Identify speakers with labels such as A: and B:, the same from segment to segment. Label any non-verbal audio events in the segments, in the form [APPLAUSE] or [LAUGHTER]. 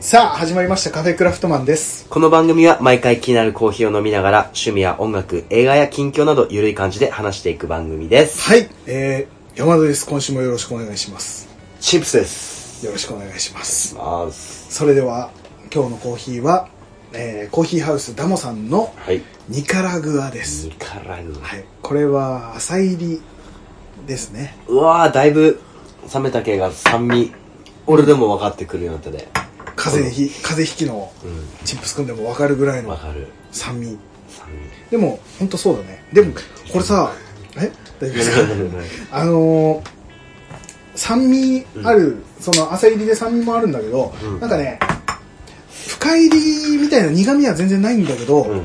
A: さあ始まりましたカフェクラフトマンです
B: この番組は毎回気になるコーヒーを飲みながら趣味や音楽、映画や近況などゆるい感じで話していく番組です。
A: はいえー、山田です今週もよろしくお願いします
B: チップスです。
A: よろしくお願いします
B: まーす。
A: それでは今日のコーヒーは、えーコーヒーハウスダモさんの
B: はい。
A: ニカラグアです、
B: ニカラグ
A: はいこれは浅入りですね
B: ア。うわー、だいぶ冷めた系が酸味。俺でも分かってくるようになったで。
A: 風邪ひ風邪ひきの
B: う
A: チップスくんでも分かるぐらい
B: ん。
A: の
B: 分かる。
A: 酸味
B: 酸
A: でも本当そうだねでもこれさえ大丈夫
B: 味。
A: ですかあのー、酸味ある、その浅入りで酸味もあるんだけど、
B: うん
A: なんかね深入りみたいな苦味は全然ないんだけど、
B: うん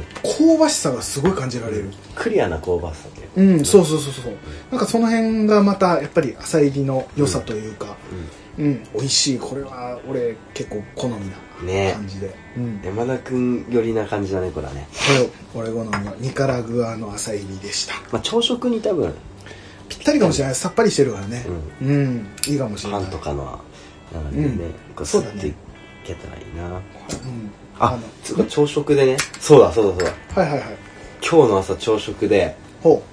A: 香ばしさがすごい感じられる
B: クリアな香ばしさというか
A: うん、そうそうそうそうなんかその辺がまたやっぱり浅入りの良さというかうん、美味しいこれは俺結構好み
B: うん。ね
A: な感じで、うん
B: え。山田くん寄りな感じだね、これはね。
A: これ俺好みのニカラグアの浅入りでした
B: まあ朝食に多分、
A: ぴったりかもしれないさっぱりしてるからねうん、いいかもしれな
B: パ
A: い
B: ンとかの、なんかね、
A: うん
B: こう
A: そ
B: ス
A: うだね
B: ッといけたらいい
A: う
B: な。
A: ん、
B: あ
A: の、
B: そうか朝食でね。そうだそうだそうだ。
A: はいはいはい
B: 今日の朝朝食で、
A: ほ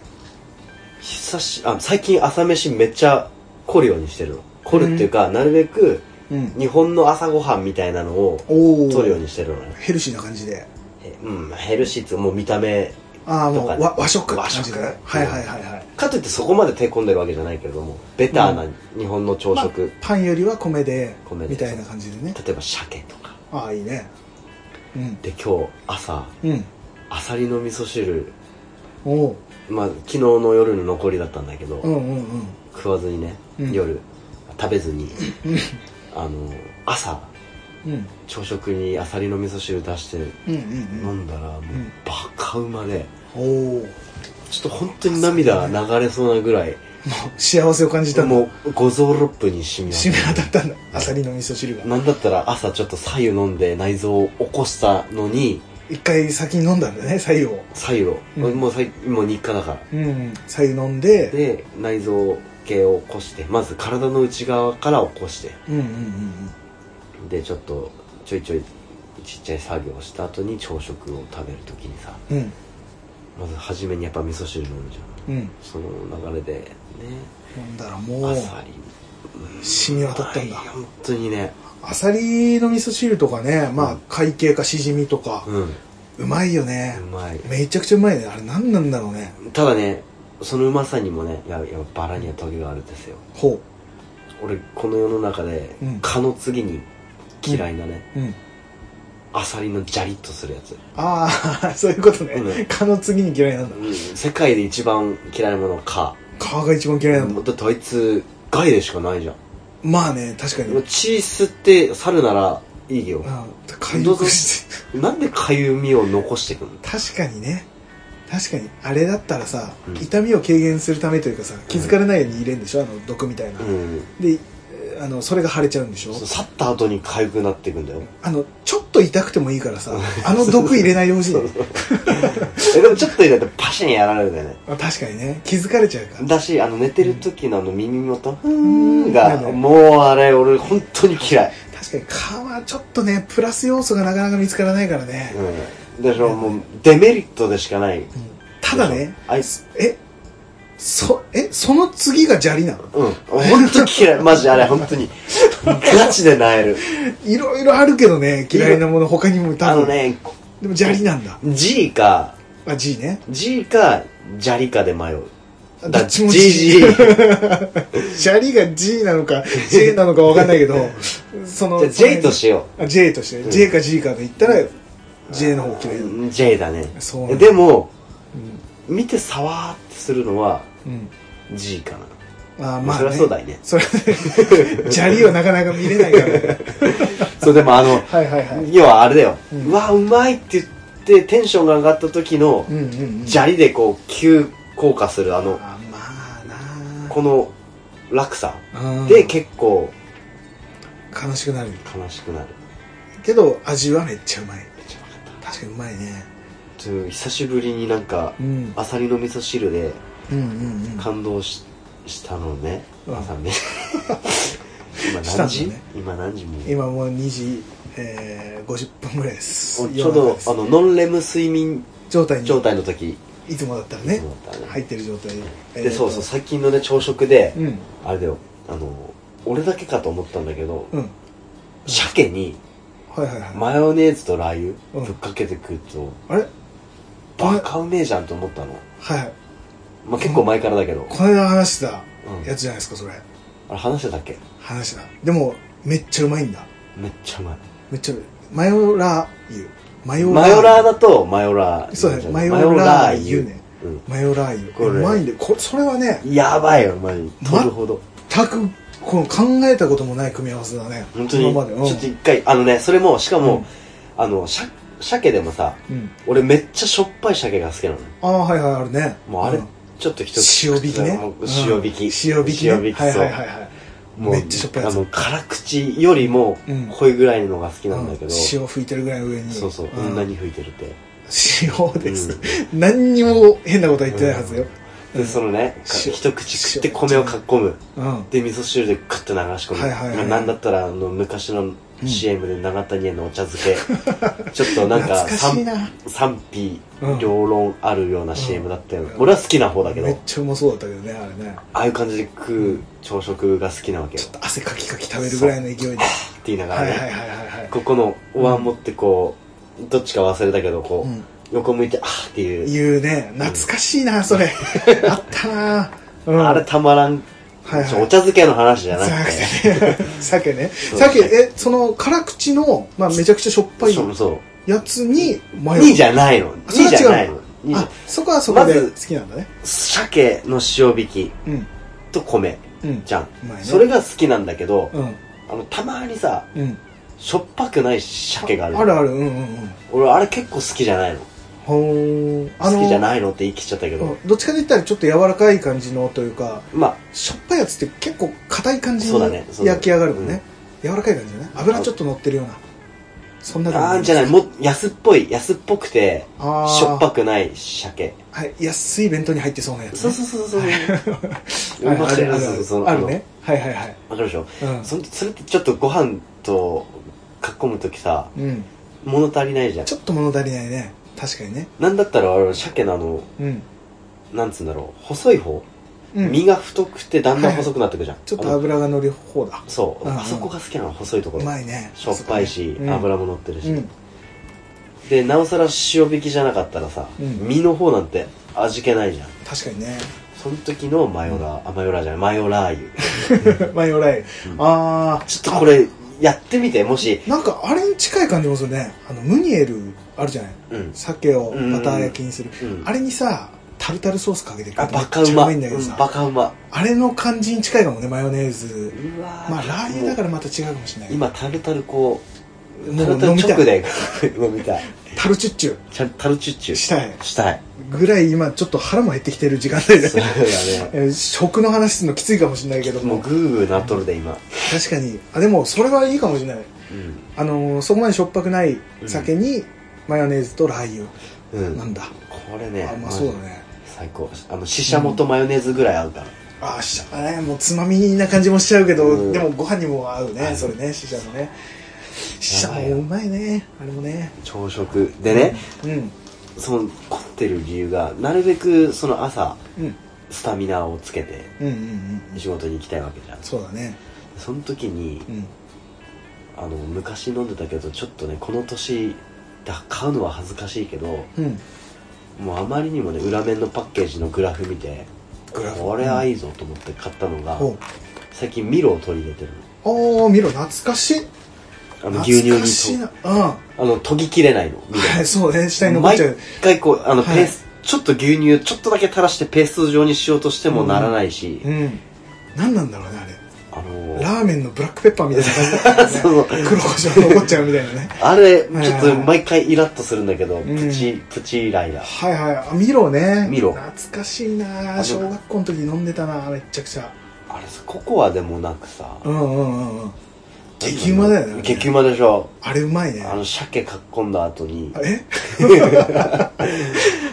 B: 久し、あ、最近朝飯めっちゃ凝るようにしてるの。凝るっていうか、なるべく
A: う、うん、
B: 日本の朝ごはんみたいなのを
A: おお
B: 取るようにしてるのね。
A: ヘルシーな感じで
B: えうん、ヘルシーってもう見た目。
A: ああもう
B: とかね
A: 和和食って感じで
B: 和食
A: はいはいはいはい、
B: かといってそこまで手込んでるわけじゃないけれども、ベターな日本の朝
A: まあ
B: 食。
A: パンよりは米で
B: 米で
A: みたいな感じでね
B: 例えば鮭とか。
A: ああいいねうん
B: で、今日朝、
A: うん
B: アサリの味噌汁、
A: おう
B: まあ昨日の夜の残りだったんだけど、
A: うんうんうん
B: 食わずにね、
A: うん
B: 夜食べずにあの朝
A: うん
B: 朝食にアサリの味噌汁出して
A: うんうん
B: 飲んだらもう
A: うん
B: バカうまで
A: うんおお
B: ちょっと本当に涙流れそうなぐらい
A: [LAUGHS] 幸せを感じたの
B: もう五臓六腑に染み
A: 締め
B: 渡
A: 当
B: った
A: ったんだアサリの味噌汁が
B: なんだったら朝ちょっと白湯飲んで内臓を起こしたのに
A: 一回先に飲んだんだね白湯を
B: 白湯を、
A: うん
B: もう最もう日課だから
A: うん白湯飲んで
B: で内臓系を起こしてまず体の内側から起こして
A: うんうんうん
B: でちょっとちょいちょいちっちゃい作業をした後に朝食を食べるときにさ
A: うんうん
B: まず初めにやっぱ味噌汁飲むじゃん
A: うん
B: その流れでね
A: 飲んだらも
B: あ
A: う
B: さり
A: 染み渡ったんだ
B: はい本当にね
A: アサリの味噌汁とかね、まあ、海系かしじみとか、
B: うんう
A: うまいよね。
B: まい
A: めちゃくちゃうまいね。あれ何なんだろうね。
B: ただねそのうまさにもねいややっぱバラには棘があるんですよ
A: ほ
B: 俺この世の中で
A: うん
B: 蚊の次に嫌いなね、
A: う。うん。
B: アサリのジャリッとするやつ、
A: ああ、 [LAUGHS] そういうことね。
B: うん
A: 蚊の次に嫌いなんだ。
B: うん、世界で一番嫌いなものは蚊
A: 蚊が一番嫌いなんだ。
B: だってあいつ害でしかないじゃん
A: まあね、確かに。うん。
B: 血吸って猿ならいいよ
A: 回復して。
B: なんでかゆみを残してくんの
A: 確かにね。確かに。あれだったらさ、
B: うん
A: 痛みを軽減するためというかさ、気づかれないように入れんでしょあの、毒みたいな。
B: うん
A: で、えーあの、それが腫れちゃうんでしょ
B: そう去った後に痒くなっていくんだよ
A: あの、ちょっと痛くてもいいからさ、あの毒入れないでほしいね。
B: [LAUGHS] えでもちょっと入れてパシンやられるんだよね
A: あ確かにね気づかれちゃうから
B: だしあの寝てる時のあの耳元ふーん
A: な
B: が
A: るほど
B: もうあれ俺本当に嫌い、
A: 確かに蚊はちょっとねプラス要素がなかなか見つからないからね、
B: うん、だしもうデメリットでしかない
A: うんただね
B: あいつ
A: えそえその次が砂利なの
B: うん本当に嫌いマジあれ本当にガチでなえる
A: いろいろあるけどね嫌いなもの他にも
B: あ
A: 多
B: の
A: 分、
B: ね
A: でも砂利なんだ
B: G か
A: あ G ね
B: G かジャリかで迷う
A: あ
B: だ
A: どっちも
B: GG
A: 砂利が G なのか J なのかわかんないけどその
B: じゃあ J としよ
A: あ J として、
B: ん
A: J か G かで言ったら J の方嫌いだ、うん
B: う J だね
A: そうね
B: でも見てさわーってするのは
A: うん、
B: G かな
A: あーまあ、ね、
B: そりゃそうだいね
A: それ砂利はな [LAUGHS] かなか見れないからね
B: そうでもあの、
A: はいはいはい。
B: 要はあれだよ、
A: う
B: うんわうまいって言ってテンションが上がった時の
A: うんうんうん。
B: 砂利でこう急降下するあの
A: あ、ま
B: この落差
A: あなあ。
B: で結構
A: 悲しくなる。
B: 悲しくなる
A: けど、味はめっちゃうまい。
B: めっちゃ分かっ
A: 確かにうまいね。
B: たちょっと久しぶりになんか
A: うん。
B: アサリの味噌汁で
A: うんうんうん。
B: 感動ししたのね
A: うん [LAUGHS]
B: 朝ね今
A: したの
B: 何時、
A: ね
B: 今何時もう
A: 今もう2時えー、50分ぐらいです
B: ちょうどあ
A: の
B: のノンレム睡眠
A: 状態に
B: 状態の時
A: いつもだったらね
B: いつもだったらね
A: 入ってる状態で、
B: でそうそう最近のね朝食で、
A: うん
B: あれだよあの俺だけかと思ったんだけど、
A: うん
B: 鮭に
A: はいはいはい、
B: マヨネーズとラー
A: うん
B: 油ぶっかけて食うと、
A: あれ
B: バカうめえじゃんと思ったの、
A: はい
B: まあ、結構前からだけど、
A: この間話してた
B: うん
A: やつじゃないですかそれ
B: あれ話してたっけ
A: 話してたでもめっちゃうまいんだ
B: めっちゃうまい
A: めっちゃうマヨラー油マ
B: マヨラーだとマヨラー
A: そうだねマヨラー油ねマヨラー油
B: これ
A: うまいんでこそれはね
B: うん、やばいよマジ取るほど
A: 全くこの考えたこともない組み合わせだね
B: 本当に、
A: 今までうん
B: ちょっと一回あのねそれもしかも、
A: うん
B: あのしゃ鮭でもさ
A: うん
B: 俺めっちゃしょっぱい鮭が好きなの
A: ああはいはいあるね
B: もうあれ、
A: ん
B: ちょっと一つ
A: 塩引きね
B: もう
A: うん
B: 塩引き、
A: 塩引きね
B: 塩引き
A: はい
B: そう
A: はいはいはい
B: もう
A: めっちゃしょっぱいやつ
B: あの辛口よりも
A: うん
B: 濃いぐらいのが好きなんだけど、
A: うん塩吹いてるぐらいの上に
B: そうそう、
A: ん
B: 女に吹いてるって
A: 塩です、何にも変なことは言ってないはずよ、うん
B: でそのねか
A: 塩
B: 一口食って米をかっこむ
A: うん
B: で味噌汁でクッと流し込む、
A: はいはいはい
B: なんだったらあの昔の CM で永谷園のお茶
A: [LAUGHS]
B: 漬け、ちょっとなんか
A: 懐かしいな
B: 賛賛否
A: うん
B: 両論あるような CM だったよ、
A: うん
B: 俺は好きな方だけど
A: めっちゃうまそうだったけどねあれね
B: ああいう感じで食う朝食が好きなわけよ
A: ちょっと汗かきかき食べるぐらいの勢いで
B: って言いながら
A: はい
B: ね、
A: はいはいはいはい
B: ここのお椀持ってこうどっちか忘れたけどこう、
A: うん
B: 横向いてあーっていう、
A: 言うね懐かしいなそ
B: [LAUGHS]
A: れあったなうん
B: あれたまらん、
A: はいはい
B: ちょお茶漬けの話じゃなくて
A: じゃなくてね鮭
B: [LAUGHS]
A: ね
B: う
A: 鮭えその辛口の、まあ、めちゃくちゃしょっぱい
B: そうそ
A: やつにマ
B: う
A: ヨ
B: 2じゃないの
A: それ
B: 2
A: は違う
B: じゃないの二じゃ
A: あそこはそこで
B: ま
A: 好
B: ず
A: きなんだね
B: 鮭の塩引き
A: うん
B: と米
A: うん
B: じゃん、
A: うまいね
B: それが好きなんだけど、
A: うん
B: あのたまにさ
A: うん
B: しょっぱくない鮭がある
A: あるあるうんうんうん
B: 俺あれ結構好きじゃないの、
A: ほーあの
B: 好きじゃないのって言い切っちゃったけど、
A: うんどっちかで言ったらちょっと柔らかい感じのというか
B: まあ
A: しょっぱいやつって結構硬い感じ
B: そう
A: に
B: だねそうだね
A: 焼き上がるもんね柔らかい感じだね油ちょっと乗ってるようなそんな
B: あ
A: 感
B: ーじゃないもっ安っぽい安っぽくて
A: あー
B: しょっぱくない鮭
A: はい安い弁当に入ってそうなやつ
B: そう
A: ね
B: そうそう [LAUGHS] そう
A: は
B: う
A: い
B: ま
A: あ
B: く
A: る
B: や
A: あ
B: るそうそう
A: るあるねはいはいはい
B: わかるでしょ
A: うん
B: そんそれってちょっとご飯と囲む時さ
A: うん
B: 物足りないじゃん
A: ちょっと物足りないね確かにね
B: なんだったら俺鮭のあの
A: うん
B: なんつうんだろう細い方、
A: うん
B: 身が太くてだんだん細くなってくじゃん、
A: [LAUGHS] ちょっと
B: あの
A: 油が乗る方だ
B: そう、
A: うんうん
B: あそこが好きなの細いとこ
A: う
B: ろ
A: まいね
B: しょっぱいし、
A: そうだね
B: 油も乗ってるし、
A: うんうん
B: でなおさら塩引きじゃなかったらさ、
A: うん
B: 身の方なんて味気ないじゃん
A: 確かにね [LAUGHS]
B: その時のマヨラー、あマヨラーじゃないマヨラー油
A: マヨライ
B: うん
A: ああ
B: ちょっとこれやってみてもし
A: なんかあれに近い感じもするねあのムニエルあるじゃない
B: うん
A: 鮭をバター焼きにする、
B: うん
A: あれにさタルタルソースかけて
B: あ
A: 食
B: バカうま
A: いんだけど
B: う
A: さ
B: ん、バカうま
A: あれの感じに近いかもねマヨネーズ
B: うわー
A: まあラー油だからまた違うかもしれない
B: 今タルタルこう
A: も
B: タ
A: う
B: ルタ
A: 飲み
B: ル
A: たい
B: 直で飲みたい
A: タルチュッチュ
B: ちゃんタルチュッチュ
A: したい
B: し
A: [LAUGHS]
B: たい
A: ぐらい今ちょっと腹も減ってきてる時間帯で
B: そうだね
A: [LAUGHS] えー食の話するのきついかもしれないけど
B: もう
A: も
B: グーグーなっとるで今
A: 確かにあでもそれはいいかもしれない
B: うん
A: あのーそこまでしょっぱくない酒にマヨネーズとラー
B: う
A: 油なん
B: ん
A: だ、
B: これね
A: あうまそうだね
B: マジ最高あのししゃもとマヨネーズぐらい合うから
A: ああしゃねもうつまみな感じもしちゃうけど、
B: うん
A: でもご飯にも合うね、
B: 合う
A: それねししゃもねししゃ
B: やば
A: も
B: いよ
A: うまいねあれもね
B: 朝食でね
A: うん
B: その凝ってる理由がなるべくその朝
A: うん
B: スタミナをつけて
A: うんうんうん
B: 仕事に行きたいわけじゃん
A: そうだね
B: その時に
A: うん
B: あの昔飲んでたけどちょっとねこの年だ買うのは恥ずかしいけど
A: うん
B: もうあまりにもね裏面のパッケージのグラフ見て
A: グラフ
B: これはいいぞと思って買ったのが、
A: ほ
B: 最近ミロを取り入れてる
A: うおー見ろ懐かしい
B: のあの
A: 懐
B: 牛乳
A: かしい
B: に
A: な
B: と
A: うんは
B: あの研ぎきれないのミロ
A: い [LAUGHS] そうね下に残っ
B: 毎
A: ちゃう
B: 回こうあのペ
A: はい
B: ース、ちょっと牛乳ちょっとだけ垂らしてペースト状にしようとしてもならないし、
A: うん何なんだろうねあれ
B: あのー
A: ラーメンのブラックペッパーみたいな感じ、ね、
B: [LAUGHS] そう
A: 黒胡椒残っちゃうみたいなね
B: あれ
A: はい
B: ちょっと毎回イラッとするんだけど、
A: ん
B: プチプチイライラ
A: はいはいあミロね
B: ミロ
A: 懐かしい
B: あ
A: な
B: の
A: 小学校の時飲んでたなめっちゃくちゃ
B: あれさココアでもなくさ、
A: うんうんうんうん激うまだよね
B: 激うまでしょ
A: あれうまいね
B: あの鮭かっこんだ後に
A: え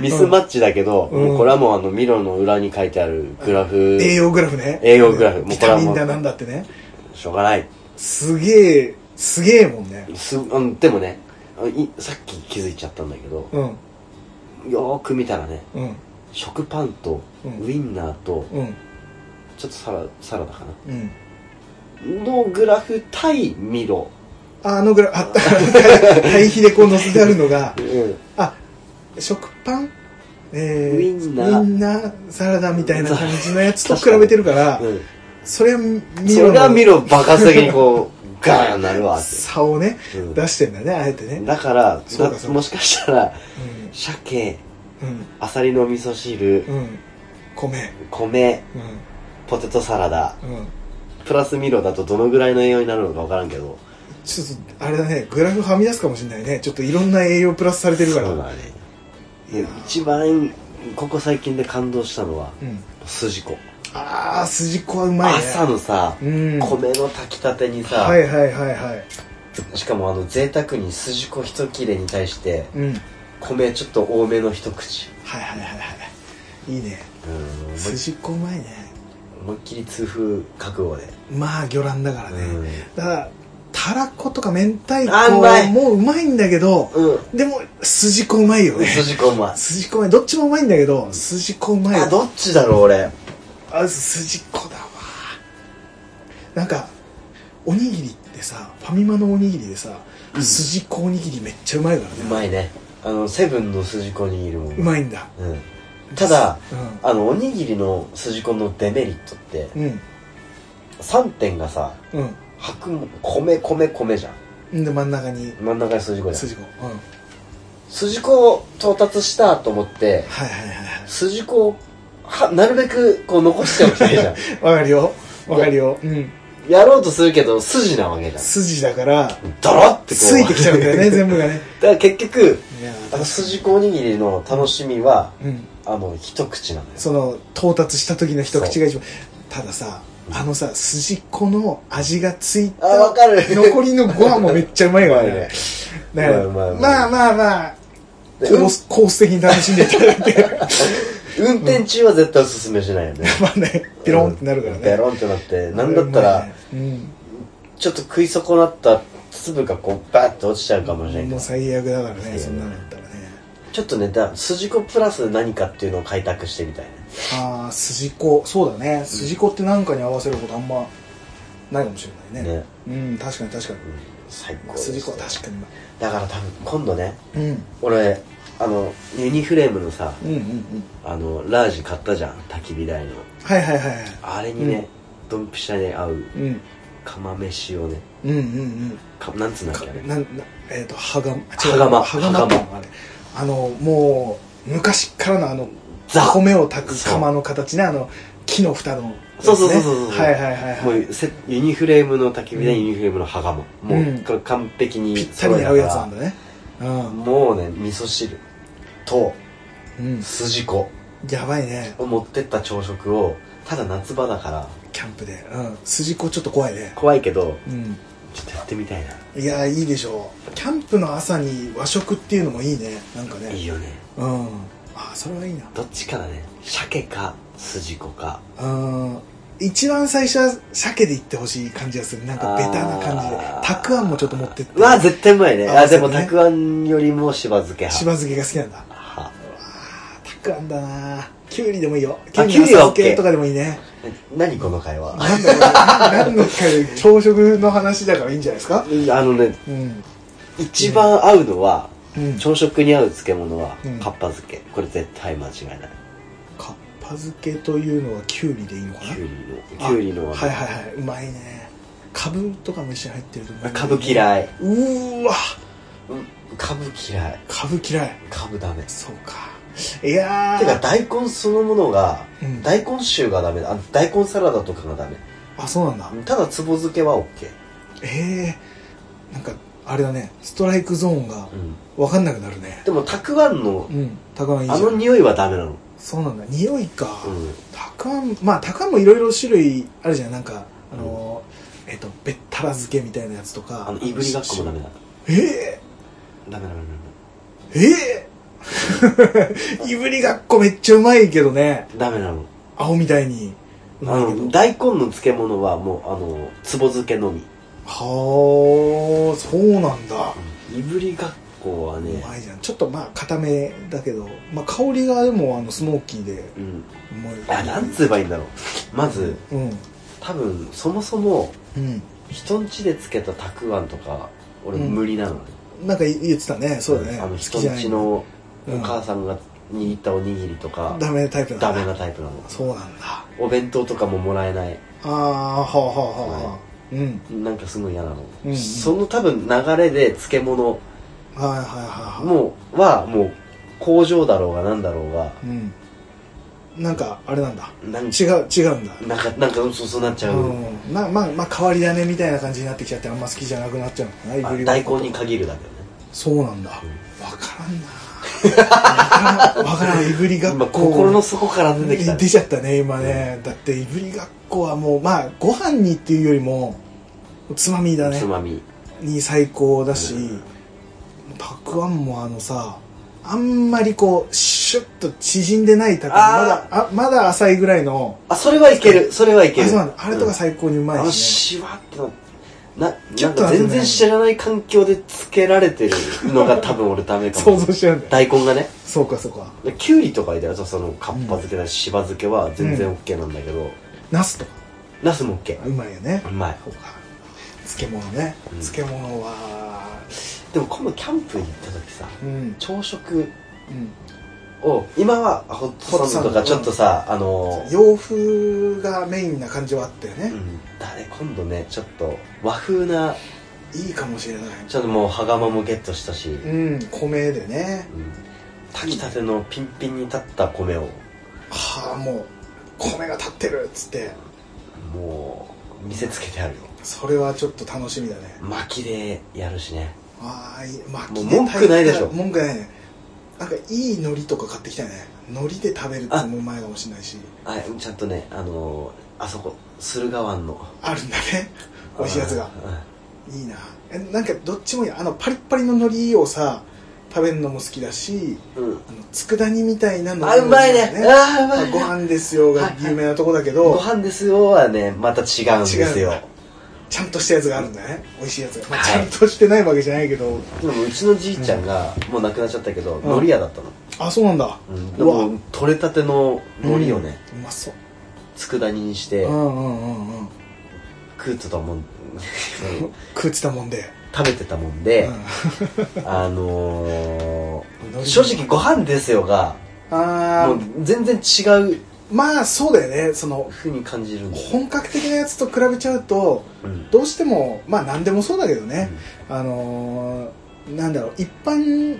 B: ミスマッチだけど、
A: うん
B: もうこれはもうあのミロの裏に書いてあるグラフ
A: 栄養グラフね
B: 栄養グラフもう
A: ビ
B: これ
A: タ
B: は
A: ミ
B: も
A: ン
B: う
A: だなんだってね
B: しょうがない
A: すげえすげえもんね
B: すうんでもねいさっき気づいちゃったんだけど
A: うん
B: よーく見たらね
A: うん
B: 食パンと
A: うん
B: ウインナーと
A: うん
B: ちょっとサラサラダか
A: う
B: な
A: ん
B: のグラフ対ミロ、
A: あのぐらいあ [LAUGHS] った対比でこう載せてあるのがあ食パンえー、
B: ウインナー
A: ウインナーサラダみたいな感じのやつと比べてるから
B: う
A: それはミ
B: ん、そ
A: ロ
B: れがミ
A: の
B: ロ爆発的に
A: [LAUGHS]
B: こうガーンなるわっ
A: 差をね
B: て、うん
A: 出してんだねあえてね
B: だから
A: そうかそうか
B: もしかしたら鮭
A: うん
B: アサリの味噌汁、
A: うんうん米
B: 米
A: う
B: ポテトサラダ
A: んうん
B: プラスミロだとどのぐらいの栄養になるのか分からんけど
A: ちょっとあれだねグラフはみ出すかもしれないねちょっといろんな栄養プラスされてるから
B: そうだね
A: いや
B: 一番ここ最近で感動したのは
A: うん
B: 筋子、
A: ああ筋子はうまいね
B: 朝のさ、
A: うん
B: 米の炊きたてにさ、
A: はいはいはいはい
B: しかもあの贅沢に筋子一切れに対して
A: うんはい
B: 米ちょっと多めの一口
A: はいはいはいいいね
B: うん思い
A: 筋子うまいね
B: 思いっきり痛風覚悟で、
A: まあ魚卵だからね、
B: う
A: だからたらことか明太
B: あうまい
A: 子もうまいんだけど
B: ん、
A: でも筋子うまいよ
B: うん、
A: ね
B: 筋子うまい
A: 筋子うまいどっちもうまいんだけど筋子うまい
B: あ
A: よ
B: どっちだろう俺
A: あ筋子だわなんかおにぎりってさファミマのおにぎりでさ、
B: うん
A: 筋子おにぎりめっちゃうまいからね
B: うまいねあのセブンの筋子にいるもん
A: うまいんだ
B: うん、ただ
A: うん
B: あのおにぎりの筋子のデメリットって
A: うん
B: 3点がさ
A: う
B: 白米米米米じゃん
A: んで真ん中に
B: 真ん中に筋子じゃん
A: 筋子うんはい
B: 筋子を到達したと思って
A: はいはいは
B: 筋子をはなるべくこう残しておきたいじ
A: [LAUGHS]
B: ゃん
A: いわかるよわかるようん
B: やろうとするけど筋なわけじゃん
A: 筋だから
B: ドロってこう
A: ついてきちゃうんだよね全部がね
B: [LAUGHS] だから結局
A: いや
B: あの筋子おにぎりの楽しみは
A: うん
B: あの一口なのよ
A: その到達した時の一口が一番たださ
B: うん
A: あのさ筋子の味がつい
B: あわ
A: た
B: かる
A: 残りのご飯もめっちゃうまいからねだから
B: [LAUGHS] うまいうまいうまい
A: まあまあまあコ
B: で
A: ースコース的に楽しんでいただいて
B: 運転中は絶対おすすめしないよね
A: まあね [LAUGHS] ピロンってなるから
B: ペ
A: ね
B: ロンってなってなんだったら
A: うん
B: ちょっと食い損なった粒がこうバッと落ちちゃうかもしれない
A: もう最悪だからね
B: 最悪
A: そんなのだったらね
B: ちょっとねだ筋子プラス何かっていうのを開拓してみたいね
A: ああ筋子そうだね筋子って何かに合わせることあんまないかもしれないね
B: ね、
A: うん確かに確かに
B: うん、最高です
A: 筋子は確かにうまい
B: だから多分今度ね
A: うん
B: 俺あのユニフレームのさ
A: うんうんうん
B: あのラージ買ったじゃん焚き火台の
A: はいはいはいはい
B: あれにね、ドンピシャで合う
A: うん
B: 釜飯をね
A: うんうん
B: かなんつうん
A: うん
B: だっ
A: か
B: けあれ
A: なんなえっ、とはが
B: 羽釜
A: はがま
B: 羽
A: あれあのもう昔からのあの
B: ザ
A: 米を炊く釜の形ねあの木の蓋の、ね、
B: そうそうそうそうそう
A: はいはいはい
B: も
A: はいう
B: セユニフレームの焚き火台、
A: うん
B: ユニフレームの羽釜も
A: う
B: うんこれ完璧に
A: ぴったりに合うやつなんだねうん、
B: もうね味噌汁と
A: うん、
B: 筋子
A: やばいね
B: を持ってった朝食をただ夏場だから
A: キャンプでうん筋子ちょっと怖いね
B: 怖いけど
A: うん
B: ちょっとやってみたいない
A: やいいでしょうキャンプの朝に和食っていうのもいいねなんか
B: いい
A: ね
B: よね
A: うんあそれはいいな
B: どっちかだね鮭か筋子か
A: うん一番最初は鮭でいってほしい感じがするなんかベタな感じで
B: あー
A: たくあんもちょっと持ってって
B: うわ絶対うまいね
A: 合わ
B: あ
A: せ
B: で
A: てね
B: もたくあんよりもしば漬け
A: し
B: 派
A: ば漬けが好きなんだ
B: は
A: うわーたくあんだなきゅうりでもいいよき
B: あ
A: ゅうりの浅漬
B: きゅうりは OK
A: けとかでもいいね
B: 何この会話
A: 何だろう何の回で朝食の話だからいいんじゃないですか
B: うんあのね
A: うん
B: 一番合うのは
A: うん
B: 朝食に合う漬物は
A: うん
B: かっぱ漬けこれ絶対間違いない
A: かっぱ漬けというのはきゅうりでいいのかな
B: きゅうりのきゅうりの
A: あはいはいはいうまいねかぶとかも一緒に入ってると思う
B: かぶ嫌いう
A: ーわ
B: うんかぶ嫌い
A: かぶ嫌い
B: かぶダメ
A: そうかいやー
B: てか大根そのものが、
A: うん
B: 大根臭がダメだあ大根サラダとかがダメ
A: あそうなんだ
B: ただつぼ漬けは OK、
A: ええなんかあれだねストライクゾーンが
B: うん、
A: 分かんなくなるね
B: でもたくあんの
A: うんたくあんいい
B: あ
A: じゃ
B: の
A: ん
B: 匂いはダメなの、
A: そうなんだ匂いか、
B: うん、
A: たくあんまあたくあんもいろいろ種類あるじゃんなんかあのーえっ、とべったら漬けみたいなやつとか
B: あのいぶりがっこもダメだ
A: え
B: ダメダメダメ
A: ー、えー、 [LAUGHS] いぶりがっこめっちゃうまいけどね
B: ダメダメなの
A: 青みたいにう
B: あ
A: まいけど
B: の大根の漬物はもうあのつぼ漬けのみ
A: はあそうなんだ
B: いぶりがっこは
A: う
B: ね、
A: まいじゃんちょっとまあ固めだけど、まあ、香りがでもあのスモーキーで
B: うん、
A: うまい
B: あなんつえばいいんだろうまず
A: うん
B: 多分そもそも
A: うん
B: 人ん家でつけたたくあんとか俺
A: うん
B: 無理なの、
A: なんか言ってたねそうだね
B: あの
A: 好
B: 人
A: き
B: ん
A: じゃない
B: 家のお母さんが握ったおにぎりとか、
A: ダメタイプなんだ
B: ダメなタイプなの
A: そうなんだあ
B: お弁当とかももらえない
A: あーはあはあはあ、は
B: は
A: あうん
B: なんかすごい嫌なの、
A: うんうん
B: その多分流れで漬物
A: はいはいはいはい
B: もうはもう工場だろうがなんだろうが
A: うんなんかあれなんだ
B: なん
A: 違う違うんだ
B: なんかなんかそうそうなっちゃう、
A: うんまあまあまあ変わり種みたいな感じになってきちゃってあんま好きじゃなくなっちゃうのかなイ
B: あ
A: ブリ
B: 大
A: が
B: 根に限るだけどね
A: そうなんだわからんなわからんわからんいぶりがっ
B: 今
A: こ
B: 心の底から出てきた、
A: 出ちゃったね今ね、だっていぶりがっこはもうまあご飯にっていうよりもおつまみだね
B: つまみ
A: に最高だし、
B: うん
A: たくあんもあのさあんまりこうシュッと縮んでないたくあんまだあ
B: あ
A: まだ浅いぐらいの
B: あそれはいけるそれはいけ
A: あ
B: る
A: そうなんだあれとか
B: うん
A: 最高にうま
B: あ
A: い
B: の
A: し、
B: シワってのな
A: ちょ
B: な
A: っ
B: ん
A: と
B: か
A: あるね
B: 全然知らない環境でつけられてるのが多分俺ダメ
A: ね、
B: かも
A: 想像しちゃうんだよ
B: 大根がね
A: そうかそうか
B: できゅうりとかいたらそのかっぱ漬けだししば漬けは全然 OK なんだけど、
A: ナスとか
B: ナスも OK
A: うまいよね
B: うまい
A: そうか漬物ね、
B: うん
A: 漬物は
B: でも今度キャンプに行った時さ
A: うん
B: 朝食
A: うん
B: を今はホットサンドと
A: ホットサンド
B: かちょっとさあのー
A: 洋風がメインな感じはあったよ
B: う
A: ね、
B: んだね今度ねちょっと和風ない
A: いかもしれない
B: ちょっともう羽釜もゲットしたし、うん
A: うん米でね
B: 炊きたてのピンピンに立った米を
A: はあもう米が立ってるっつって
B: もう見せつけてあるよ
A: それはちょっと楽しみだね
B: 薪でやるしね
A: ああいいまあ
B: もう文句ないでしょ
A: 文句ないねなんかいい海苔とか買ってきたよね海苔で食べるってのもうまいかもしれないし
B: あちゃんとねあのーあそこ駿河湾の
A: あるんだね美味しいやつが
B: うん
A: いいなえなんかどっちもいいあのパリッパリの海苔をさ食べるのも好きだし
B: うん
A: あの佃煮みたいなのも
B: あうまいねあうま
A: まあ
B: い
A: ご飯ですよが有名なとこだけど、
B: ご飯ですよはねまた違うんですよ
A: 違うんだちゃんとしたやつがあるんだね美味しいやつが、まあ、ち
B: は
A: ゃ
B: い
A: んとしてないわけじゃないけど
B: でもうちのじいちゃんが、もう亡くなっちゃったけど、
A: ん
B: 海苔屋だったの、
A: あそうなんだ
B: うん、で
A: うわ
B: も取れたての海苔をね、
A: うんうまそう
B: 佃煮にして、
A: うんうんうんうん
B: 食うとたもん [LAUGHS]
A: 食ってたもんで、
B: 食べてたもんで、あのー、正直ご飯ですよが
A: あ
B: も
A: あ
B: う全然違う
A: まあそうだよねその
B: ふうに感じるんだよ、
A: 本格的なやつと比べちゃうと
B: うん
A: どうしてもまあ何でもそうだけどね、あのー、なんだろう一般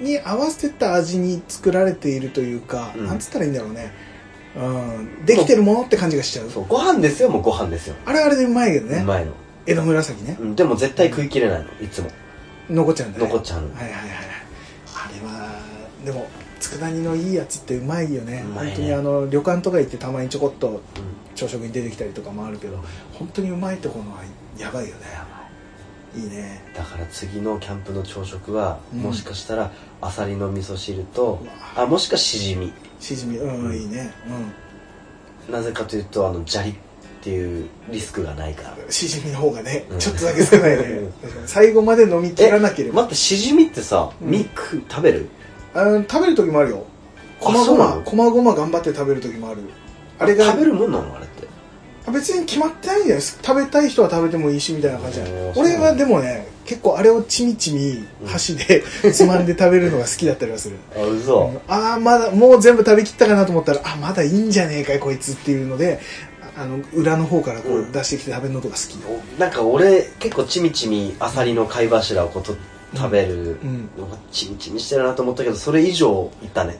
A: に合わせた味に作られているというか、
B: うん
A: なんつったらいいんだろうねうんできてるものって感じがしちゃう
B: そうご飯ですよもうご飯ですよ、
A: あれはあれでうまいけど
B: う
A: ね
B: まいの、
A: 江戸紫ね
B: うん、でも絶対食い切れないのいつも
A: 残っちゃうんだね
B: 残っちゃうの、
A: はいはいはいはいあれはでも佃煮のいいやつってうまいよね
B: うまいね
A: 本当にあの旅館とか行ってたまにちょこっと
B: うん
A: 朝食に出てきたりとかもあるけど本当にうまいところはやばいよねいいね
B: だから次のキャンプの朝食は、
A: うん
B: もしかしたらアサリの味噌汁と
A: うわ
B: あもしかしじみ
A: しじみうん、
B: うん
A: いいね
B: なぜかというとあの砂利っていうリスクがないから
A: うんしじみの方がね、
B: うん
A: ちょっとだけ少ないね
B: うん
A: 確かに最後まで飲み切らなければ、
B: 待ってしじみってさ、
A: うん
B: ミク食べる
A: あの食べる時もあるよこまご
B: そうな
A: ま
B: の
A: こまごま頑張って食べる時もあるあれが
B: 食べるもんなのあれって
A: 別に決まってないんじゃないです食べたい人は食べてもいいしみたいな感じじゃない
B: おー
A: 俺はでもね結構あれをちみちみ箸
B: [LAUGHS]
A: でつまんで食べるのが好きだったりはする、
B: あ嘘、
A: うんああまだもう全部食べきったかなと思ったらあまだいいんじゃねえかいこいつっていうのでああの裏の方からこ
B: う
A: うん出してきて食べるのとか好
B: [LAUGHS]
A: きよ、
B: なんか俺結構ちみちみアサリの貝柱をこうと食べる
A: うん
B: のがちみちみしてるなと思ったけどそれ以上いったね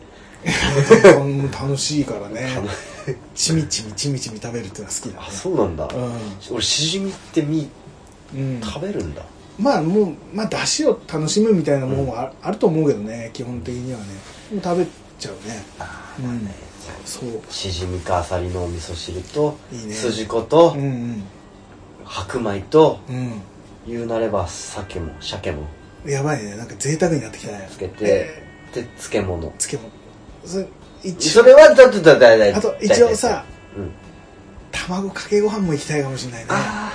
A: うん楽しいからねちみちみちみちみ食べるっていうのは好きだね
B: あそうなんだ、
A: う
B: 俺しじみってみ
A: んうん、
B: 食べるんだ、
A: まあもう、まあ、出汁を楽しむみたいなものもあ,、あると思うけどね基本的にはね食べちゃうね
B: あ
A: うん
B: ね
A: そう
B: しじみかあさりのお味噌汁と
A: いいね
B: すじこと
A: うんうん
B: 白米と
A: う
B: 言うなれば鮭も鮭も
A: んやばいねなんか贅沢になってきたね
B: つけて
A: え
B: で漬物
A: ー漬物それ一
B: そ
A: 応
B: れはだってだだだ
A: あと一応さ
B: うん
A: 卵かけご飯もいきたいかもしれないね
B: あ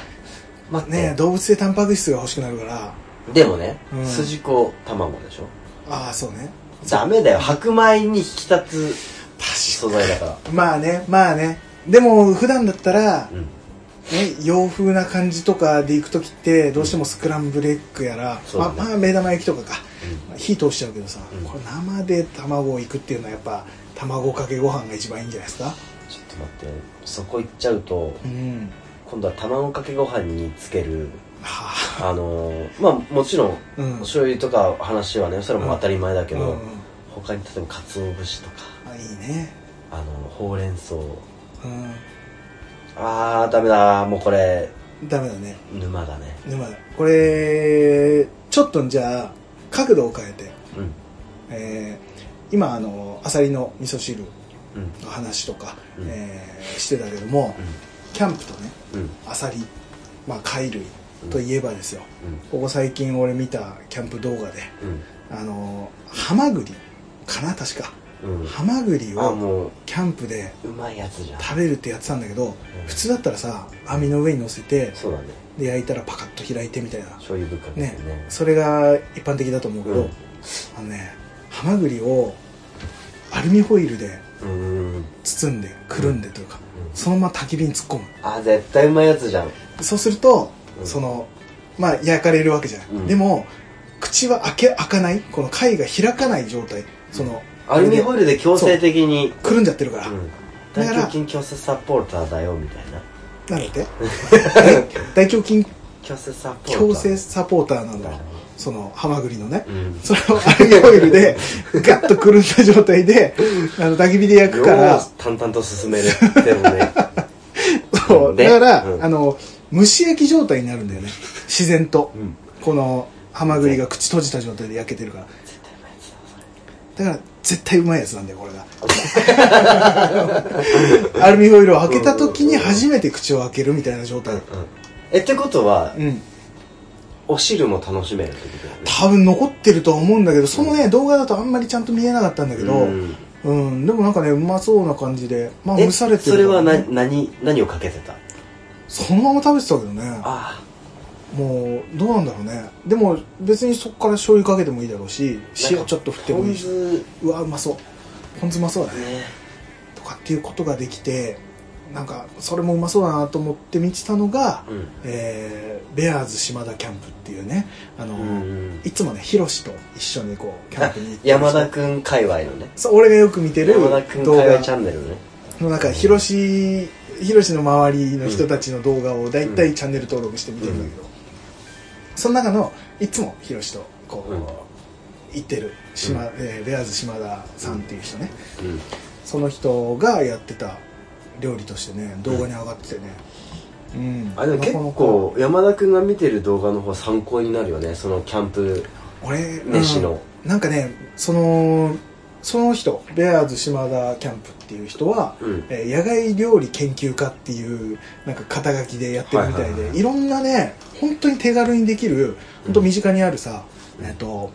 B: 待って、
A: ね動物性タンパク質が欲しくなるから
B: でもね、
A: うん
B: 筋子卵でしょ
A: ああそうね
B: ダメだよ白米に引き立
A: 確
B: つ素材だから
A: まあねまあねでも普段だったら、
B: うん
A: ね、洋風な感じとかで行く時ってどうしてもスクランブルエッグやら、
B: そう
A: ま
B: だ
A: あ
B: ね
A: まあ目玉焼きとかか火通しちゃうけどさ、
B: うん
A: これ生で卵をいくっていうのはやっぱ卵かけご飯が一番いいんじゃないですか
B: ちょっと待ってそこ行っちゃうと
A: うん
B: 今度は卵かけご飯につける
A: は
B: あのーまあもちろん
A: あうん
B: お醤油とか話はねそれも当たり前だけど、
A: うん
B: 他に例えば鰹節とか
A: あいいね
B: あのほうれん草
A: う
B: あーダメだもうこれ
A: んダメだね
B: 沼だね
A: 沼だこれちょっとじゃあ角度を変えて、
B: うん
A: えー今あのアサリの味噌汁
B: うん
A: の話とか、
B: うん
A: えーしてたけども、キャンプとね
B: うんうん
A: アサリ、まあ、貝類といえばですよ、
B: うん
A: ここ最近俺見たキャンプ動画で
B: うん
A: あのハマグリかな確か
B: うん
A: ハマグリ
B: あ
A: を
B: もう
A: キャンプで
B: うまいやつじゃん
A: 食べるってやってたんだけど普通だったらさ網の上に乗せて
B: そうだね
A: で焼いたらパカッと開いてみたいな
B: 醤油ぶっかけて
A: ね
B: ね
A: それが一般的だと思うけ
B: う
A: ど、
B: ん
A: あのねハマグリをアルミホイルで
B: うんうん
A: 包んでくるんでというかそのまま焚き火に突っ込
B: あ絶対うまいやつじゃん
A: むそうすると、
B: うん
A: そのまあ焼かれるわけじゃない、
B: うん
A: でも口は開け開かないこの貝が開かない状態その
B: アルミホイルで強制的に
A: くるんじゃってるから、
B: うん
A: だから
B: 大胸筋強制サポーターだよみたいな
A: なんだ
B: [LAUGHS]
A: って大胸筋
B: 強制サポーター
A: 矯正サポーターなんだ
B: だよ
A: そのハマグリのね
B: うん
A: それをアルミホイルでガッとくるんだ状態であの焚き火で焼
B: よ
A: く
B: う
A: から
B: 淡々と進めるでもね
A: そう
B: で
A: だから、
B: うん
A: あの蒸し焼き状態になるんだよね自然と
B: うん
A: このハマグリが口閉じた状態で焼けてるから
B: 絶対うまいやつだそれ
A: だから絶対うまいやつなんだよこ
B: [LAUGHS]
A: れがアルミホイルを開けた時に初めて口を開けるみたいな状態
B: うんえってことは、
A: うん
B: お汁も楽しめるってことだよね
A: 多分残ってるとは思うんだけどそのね動画だとあんまりちゃんと見えなかったんだけど
B: うん
A: うんでもなんかねうまそうな感じでまあ
B: え
A: 蒸されて
B: それ
A: るから
B: は
A: ね
B: 何何何をかけてた
A: そのまま食べてたけどね
B: あ
A: もうどうなんだろうねでも別にそこから醤油かけてもいいだろうし
B: あ
A: 塩ちょっと振ってもいいし
B: し
A: うわうまそうポン酢うまそうだね
B: ね
A: とかっていうことができてなんかそれもうまそうだなと思って見てたのが、
B: うん
A: えーベアーズ島田キャンプっていうねあの、
B: うん
A: いつもねヒロシと一緒にこうキャンプに行ってる人
B: 山田くん界隈のね
A: そう俺がよく見てる動
B: 山田くん界
A: 画
B: 隈チャンネルね
A: の中ヒロシヒロシの周りの人たちの動画を大体チャンネル登録して見てるんだけど、その中のいつもヒロシとこう、
B: うん
A: 行ってる島、えーベアーズ島田さんっていう人ね、
B: うん
A: その人がやってた料理としてね動画に上がっててねうん、
B: あでも結構山田くんが見てる動画の方参考になるよねそのキャンプ
A: 俺
B: 飯の
A: うんなんかねそのその人ベアーズ島田キャンプっていう人は、
B: うん
A: えー野外料理研究家っていうなんか肩書きでやってるみたいで、
B: はい
A: い
B: はいはい
A: ろんなね本当に手軽にできる本当身近にあるさ、
B: うん
A: えっと、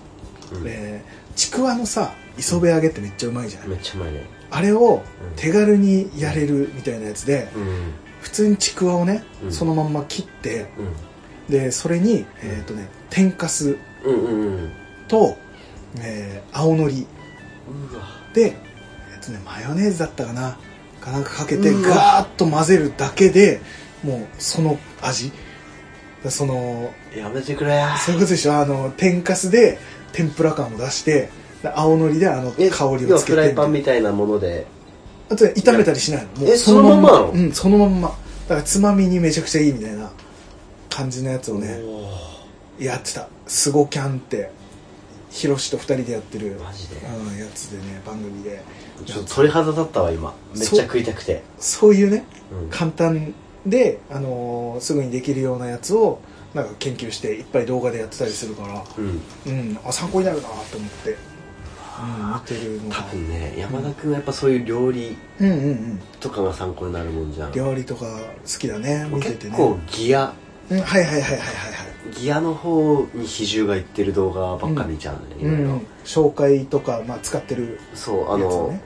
B: うん
A: えーちくわのさ磯辺揚げってめっちゃうまいじゃない、
B: めっちゃうまいね
A: あれを
B: うん
A: 手軽にやれるみたいなやつで、
B: うん
A: 普通にちくわをね、
B: うん
A: そのまんま切って
B: うん
A: でそれに、えっとね、天かす
B: うんうんうん
A: と、えー青のり
B: うわ
A: で、えっとね、マヨネーズだったかなかなんかかけて
B: うわ
A: ガーッと混ぜるだけでもうその味その
B: やめてくれや
A: そういうことでしょあの天かすで天ぷら感を出してで青のりであの香りをつけ
B: フラ
A: て
B: イパンみたいなもので
A: あとね炒めたりしないのも
B: えそのまんまなの
A: うんそのまんまだからつまみにめちゃくちゃいいみたいな感じのやつをね、
B: お
A: やってた「スゴキャン」ってヒロシと二人でやってる
B: ー、マジで
A: うん、やつでね番組で
B: ちょっと鳥肌立ったわ今めっちゃ食いたくて
A: そういうね
B: うん
A: 簡単で、あのーすぐにできるようなやつをなんか研究していっぱい動画でやってたりするから、
B: うん
A: うん、あ参考になるなと思って、うん、見てるの
B: 多
A: が
B: 分ね山田君はやっぱそういう料理
A: うんうんうん
B: とかが参考になるもんじゃん
A: 料理とか好きだね見てて
B: 結
A: ね
B: 構ギア
A: うん、はいはいはいはいはい
B: ギアの方に比重がいってる動画ばっか見ちゃうんだよね、
A: はい、う
B: いろい
A: ん、紹介とか、まあ、使ってる
B: ろそうあ
A: やつ
B: の、
A: ね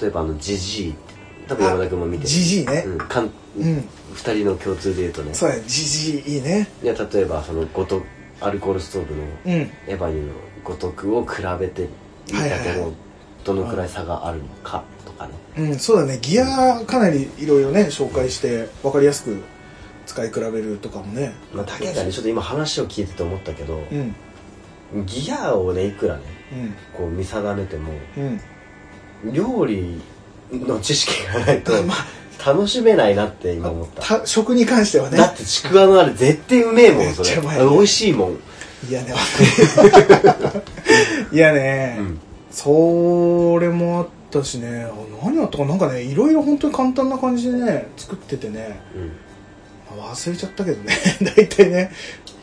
B: 例えばあのジジイって多分山田君も見てる
A: ジジイね
B: うんかん
A: うん
B: 二人の共通で言うとね
A: そうやジジイいいね
B: いや例えばそのごとアルコールストーブの
A: うん
B: エヴァニーのごとくを比べてみた
A: はいは
B: け
A: いは
B: どどのくらい差があるのかとかね
A: うん、そうだねギアかなりいろいろね紹介して分かりやすく使い比べるとかもね
B: まあ竹がねちょっと今話を聞いてて思ったけど
A: うん
B: ギアをねいくらね
A: うん
B: こう見定めても
A: うん
B: 料理の知識がないと
A: [LAUGHS] ま
B: 楽しめないなって今思った
A: た食に関してはね
B: だってちくわのあれ絶対うめえもんそ
A: めっちゃう
B: れ
A: まいね
B: 美味しいもん
A: い
B: [LAUGHS]
A: やねいやね、それもあったしねあ何やったかななんかねいろいろ本当に簡単な感じでね作っててね
B: うん
A: 忘れちゃったけどね [LAUGHS] 大体ね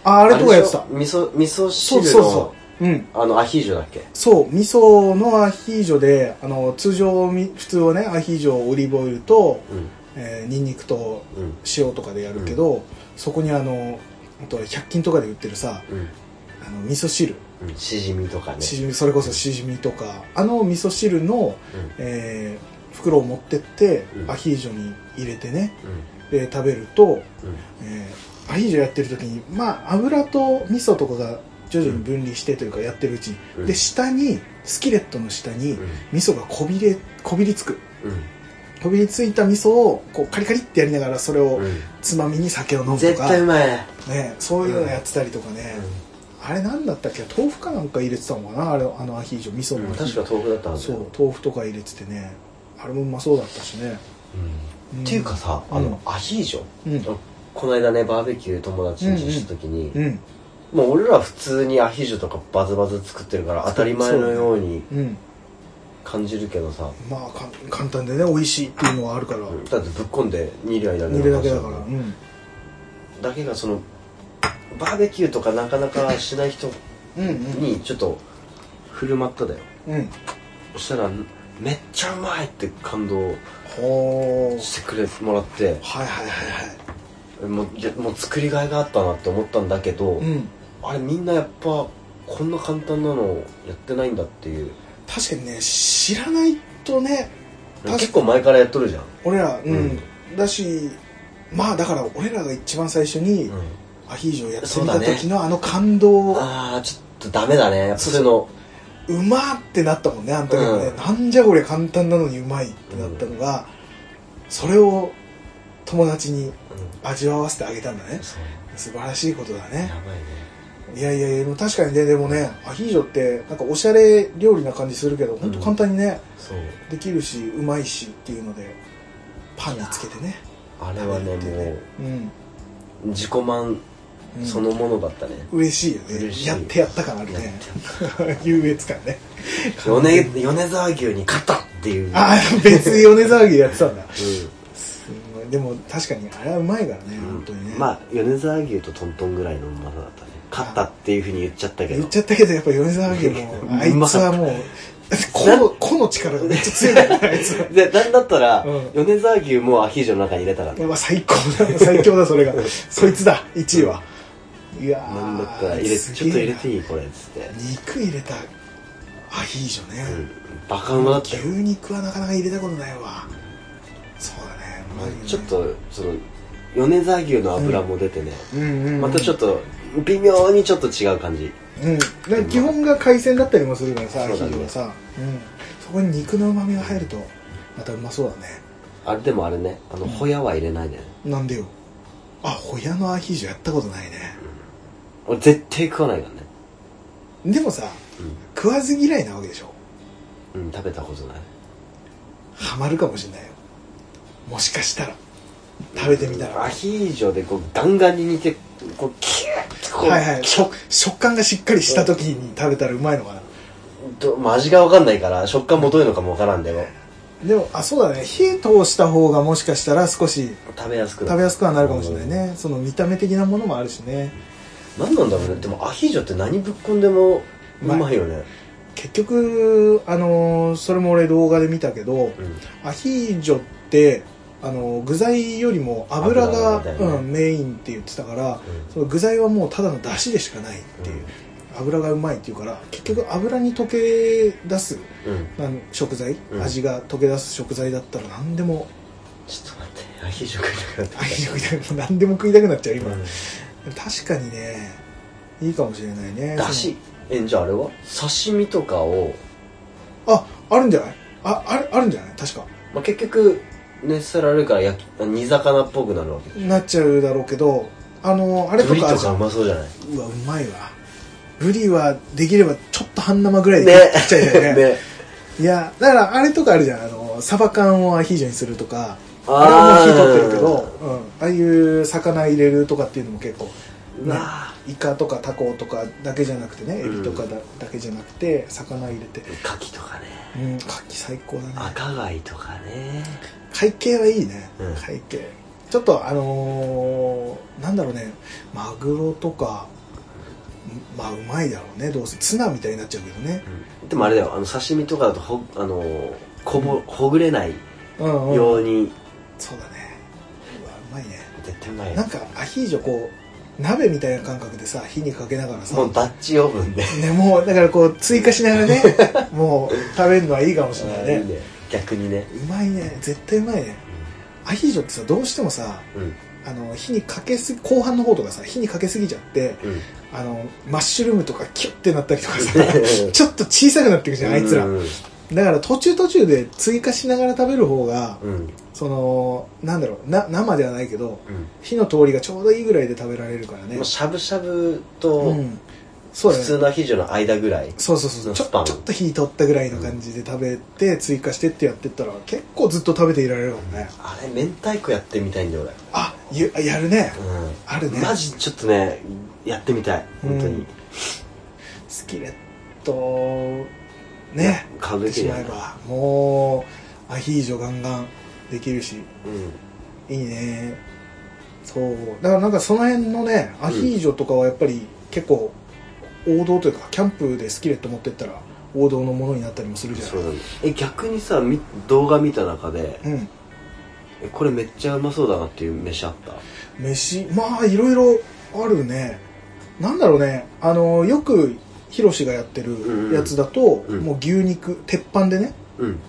A: ああれとかやってた
B: あれでしょ味噌味噌
A: そう
B: 汁
A: そうそ
B: の
A: ううん
B: あのアヒージョだっけ
A: そう味噌のアヒージョであの通常み普通はねアヒージョをオリーブオイルと、
B: うん
A: えー、ニンニクと
B: うん
A: 塩とかでやるけど、そこにあのあと100均とかで売ってるさ
B: うん
A: あの味噌汁
B: うんしじみとかね
A: しじみそれこそしじみとかあの味噌汁の、
B: うん
A: えー袋を持ってって、
B: うん
A: アヒージョに入れてね
B: うん
A: で食べると、
B: うん
A: えーアヒージョやってる時にまあ油と味噌とかが徐々に分離してというかやってるうちに、
B: うん
A: で下にスキレットの下に、
B: うん
A: 味噌がこびれこびりつく
B: うん
A: こびりついた味噌をこうカリカリってやりながらそれを
B: う
A: つまみに酒を飲
B: ん
A: むと
B: 絶
A: か、
B: 対うまい
A: ね、そういうのやってたりとかね、
B: う
A: あれなんだったっけ豆腐かなんか入れてたのかなあれあのアヒージョ味噌
B: ん
A: のアヒー
B: 確
A: ジョ
B: か豆腐だったはず
A: そ
B: だ
A: う
B: よ
A: 豆腐とか入れててねあれもうまそうだったしね、
B: うん
A: ん
B: っていうかさあのアヒージョ
A: うん
B: この間ねバーベキュー友達ん家した時に
A: うん
B: もう俺ら普通にアヒージョとかバズバズ作ってるから当たり前のように
A: うん
B: 感じるけどさ
A: まあかん簡単でね美味しいっていうのはあるから、
B: だってぶっこんで煮りゃいら
A: 煮るだけだから、うん、
B: だけがそのバーベキューとかなかなかしない人
A: うん
B: にちょっと振る舞っただよ
A: うんうん
B: そしたらめっちゃうまいって感動
A: ほー
B: してくれもらって
A: はいはいは
B: もういやもう作りがいがあったなって思ったんだけど、
A: いはいうん
B: あれみんなやっぱこんな簡単なのやってないんだっていう
A: 確かにね知らないとね確かに
B: 結構前からやっとるじゃん、
A: 俺らうん、
B: うん
A: だしまあだから俺らが一番最初にアヒージョをやってみた時のあの感動う,、
B: ああちょっとダメだね
A: そう
B: 普通の
A: まーってなったもんねあの時もね、
B: うん
A: なんじゃこれ簡単なのにうまいってなったのが、それを友達に味わわせてあげたんだね
B: そう
A: 素晴らしいことだね
B: やばいね
A: いやいやいやでも確かにねでもねアヒージョってなんかおしゃれ料理な感じするけどほんと簡単にね、
B: そう
A: できるしうまいしっていうのでパンにつけてね
B: あれはねも
A: うん
B: う自己満
A: うん
B: そのものだったね、
A: 嬉しいよね
B: 嬉しい
A: やってやった感ある
B: やって
A: ね [LAUGHS] 優越感ね
B: 米米沢牛に勝ったっていう
A: ああ別に米沢牛やってたんだ
B: うん
A: すごいでも確かにあれはうまいからね本当にね、
B: まあ米沢牛とトントンぐらいのうまさだったね勝ったっていうふうに言っちゃったけど
A: 言っちゃったけどやっぱ米沢牛も
B: [LAUGHS] うま
A: あ
B: い
A: いつはもうこの個の力がめっちゃ強い
B: [LAUGHS]
A: からあいつは
B: でなんだったら、
A: うん
B: 米沢牛もアヒージョの中に入れたからね
A: やば最高だ最強だそれがそいつだ1位は、いやー
B: なんだったら入れちょっと入れて
A: い
B: いいこれっつって、
A: 肉入れたアヒージョね、
B: うん、バカうまだった
A: 牛
B: よ
A: 肉はなかなか入れたことないわそうだねうまいよね
B: ちょっとその米沢牛の脂も出てね、
A: うんうん、
B: またちょっ
A: と、
B: と微妙にちょっと違う感じ
A: うん、だから基本が海鮮だったりもするからさアヒ
B: そうだ
A: ー
B: ね
A: ジョはさう、ん、そこに肉のうまみが入るとまたうまそうだね
B: あれでもあれねあのホヤは入れないね、
A: なんでよあホヤのアヒージョやったことないね
B: 俺絶対食わないからね
A: でもさ食わず嫌いなわけでしょ
B: うん、うん、食べたことない
A: ハマるかもしれないよもしかしたら食べてみたら、
B: アヒージョでこうガンガンに煮てこうキュッてこう、
A: はいはい食食感がしっかりした時に食べたらうまいのかな
B: どまあ味が分かんないから食感もどういうのかも分からんでも
A: でもあそうだね火通した方がもしかしたら少し
B: 食べやすくな
A: 食べやすくはなるかもしれないねその見た目的なものもあるしね
B: 何なんだろうねでもアヒージョって何ぶっこんでもうまいよね、
A: 結局あのーそれも俺動画で見たけど
B: うん
A: アヒージョってあのー具材よりも油が
B: 油だよね
A: うん、メインって言ってたから
B: うん
A: その具材はもうただの出汁でしかないっていう、油がうまいっていうから結局油に溶け出す
B: うん
A: あの食材、
B: うん
A: 味が溶け出す食材だったら何でも
B: ちょっと待ってアヒージョ食いたくなってきた
A: アヒージョみたいな [LAUGHS] 何でも食いたくなっちゃう今、
B: うん
A: 確かにねいいかもしれないね
B: だしえじゃああれは刺身とかを、
A: そのああるんじゃないああるあるんじゃない確か
B: まあ、結局熱せられるから焼き煮魚っぽくなるわけ
A: なっちゃうだろうけどあのあれと
B: ブリ
A: かあ
B: と
A: るじゃ
B: かうんまそうじゃないう
A: わうまいわブリはできればちょっと半生ぐらい
B: ね
A: で食っちゃいたよね
B: [LAUGHS] ね
A: いやだからあれとかあるじゃんあのサバ缶をアヒージョにするとかあ
B: あ
A: れ
B: ー
A: はもう火取ってるけど、うん、ああいう魚入れるとかっていうのも結構
B: うわ
A: イカとかタコとかだけじゃなくてねエビとかだ,、だけじゃなくて魚入れて
B: 牡蠣とかね
A: うん牡蠣最高だね
B: 赤貝とかね
A: 会計はいいね、
B: うん
A: 会計ちょっとあのーなんだろうねマグロとかうんまあうまいだろうねどうせツナみたいになっちゃうけどね
B: でもあれだよあの刺身とかだとほあのーこぼほぐれない
A: うん、
B: よ
A: うん、
B: うに
A: そうだねうわうまいね
B: 絶対うまいよ
A: なんかアヒージョこう鍋みたいな感覚でさ火にかけながらさ
B: もうダッチオーブンで
A: ね、もうだからこう追加しながら
B: [LAUGHS]
A: ねもう食べるのはいいかもしれないね
B: いいね逆にね
A: うまいね絶対うまいねアヒージョってさどうしてもさ
B: うんうん
A: あの火にかけすぎ後半の方とかさ火にかけすぎちゃって
B: うん
A: あのマッシュルームとかキュッてなったりとかさ [LAUGHS]
B: [LAUGHS]
A: ちょっと小さくなっていくじゃんあいつら
B: うん
A: だから途中途中で追加しながら食べる方が
B: うん
A: そのなんだろうな生ではないけど
B: うん
A: 火の通りがちょうどいいぐらいで食べられるからね
B: もうしゃぶしゃぶと
A: うんそう
B: 普
A: だね
B: 通のアヒージョの間ぐらい
A: そうそうそうちょ
B: スパン
A: ちょっと火取ったぐらいの感じで食べて、追加してってやってったら結構ずっと食べていられるもんね、
B: あれ明太子やってみたいんだよ俺
A: あゆあやるね
B: うん
A: あるね
B: マジちょっとねやってみたい本当
A: う
B: に
A: んスキレットね
B: 買う
A: や
B: べ
A: って
B: き
A: しま
B: だ
A: え
B: よ
A: ばもうアヒージョガンガンできるし
B: うん
A: いいねそうだからなんかその辺のねアヒージョとかはやっぱり結構王道というかキャンプでスキレット持ってったら王道のものになったりもするじゃ
B: そ
A: な
B: う
A: い
B: だねえ逆にさみ動画見た中で
A: うん
B: えこれめっちゃうまそうだなっていう飯あった
A: 飯まあいろいろあるねなんだろうねあのよくヒロシがやってるやつだと、
B: うん
A: もう牛肉鉄板でね
B: うん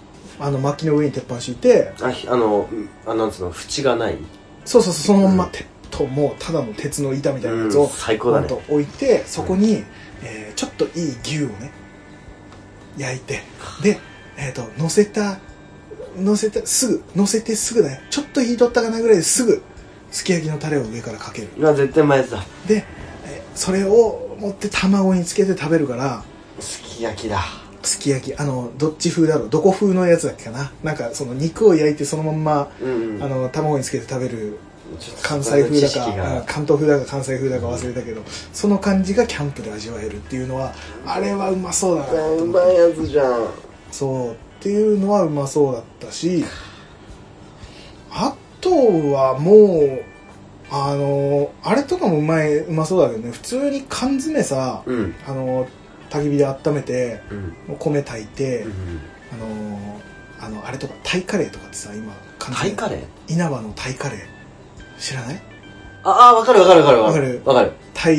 A: あの薪の上に鉄板敷いて
B: あひあのうんあなんつうの縁がない
A: そうそうそうそのまんま
B: うん
A: 鉄ともうただの鉄の板みたいなやつ
B: う
A: を
B: ん最高だね
A: ポンと置いてそこに、えーちょっといい牛をね焼いてでえっ、と乗せた乗せたすぐ乗せてすぐだよちょっと火取ったかなぐらいですぐすき焼きのタレを上からかける
B: うわ絶対前だ
A: でえーそれを持って卵につけて食べるから
B: すき焼きだ
A: すき焼きあのどっち風だろうどこ風のやつだっけかななんかその肉を焼いてそのまんま、
B: うん
A: あの卵につけて食べる
B: ちょっと
A: 関西風だ
B: 知
A: か
B: 識が
A: うん関東風だか関西風だか忘れたけど、その感じがキャンプで味わえるっていうのはあれはうまそうだなと
B: う
A: 思っ
B: ま
A: て
B: いやつじゃん
A: そうっていうのはうまそうだったしあとはもうあのあれとかもうまいうまそうだけどね普通に缶詰さ、
B: うん
A: あの焚き火で温めて
B: うん
A: もう米炊いて、
B: うん
A: あのあのあれとかタイカレーとかってさ今缶
B: タイカ
A: 詰
B: レー
A: 稲葉のタイカレー知らない
B: ああわかるわかるわかるわかる
A: わ
B: わかる
A: タイ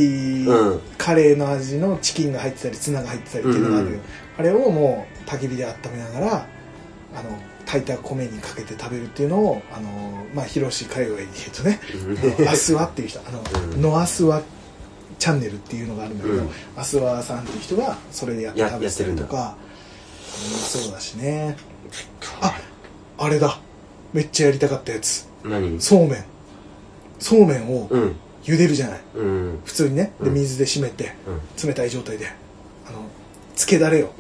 B: うん
A: カレーの味のチキンが入ってたりツナが入ってたりっていうのがあるよ、
B: うんうん
A: あれをもう焚き火で温めながらあの炊いた米にかけて食べるっていうのをあのまあ広し界隈に言うとねアスワっていう人あの、
B: うん
A: ノアスワチャンネルっていうのがあるんだけど、
B: うん
A: アスワさんっていう人がそれでやって
B: や
A: 食べてたりとかうんそうだしねああれだめっちゃやりたかったやつ
B: 何
A: そうめんそうめんを
B: うん
A: 茹でるじゃない
B: うん
A: 普通にねで
B: うん
A: 水で締めて
B: うん
A: 冷たい状態であのつけだれを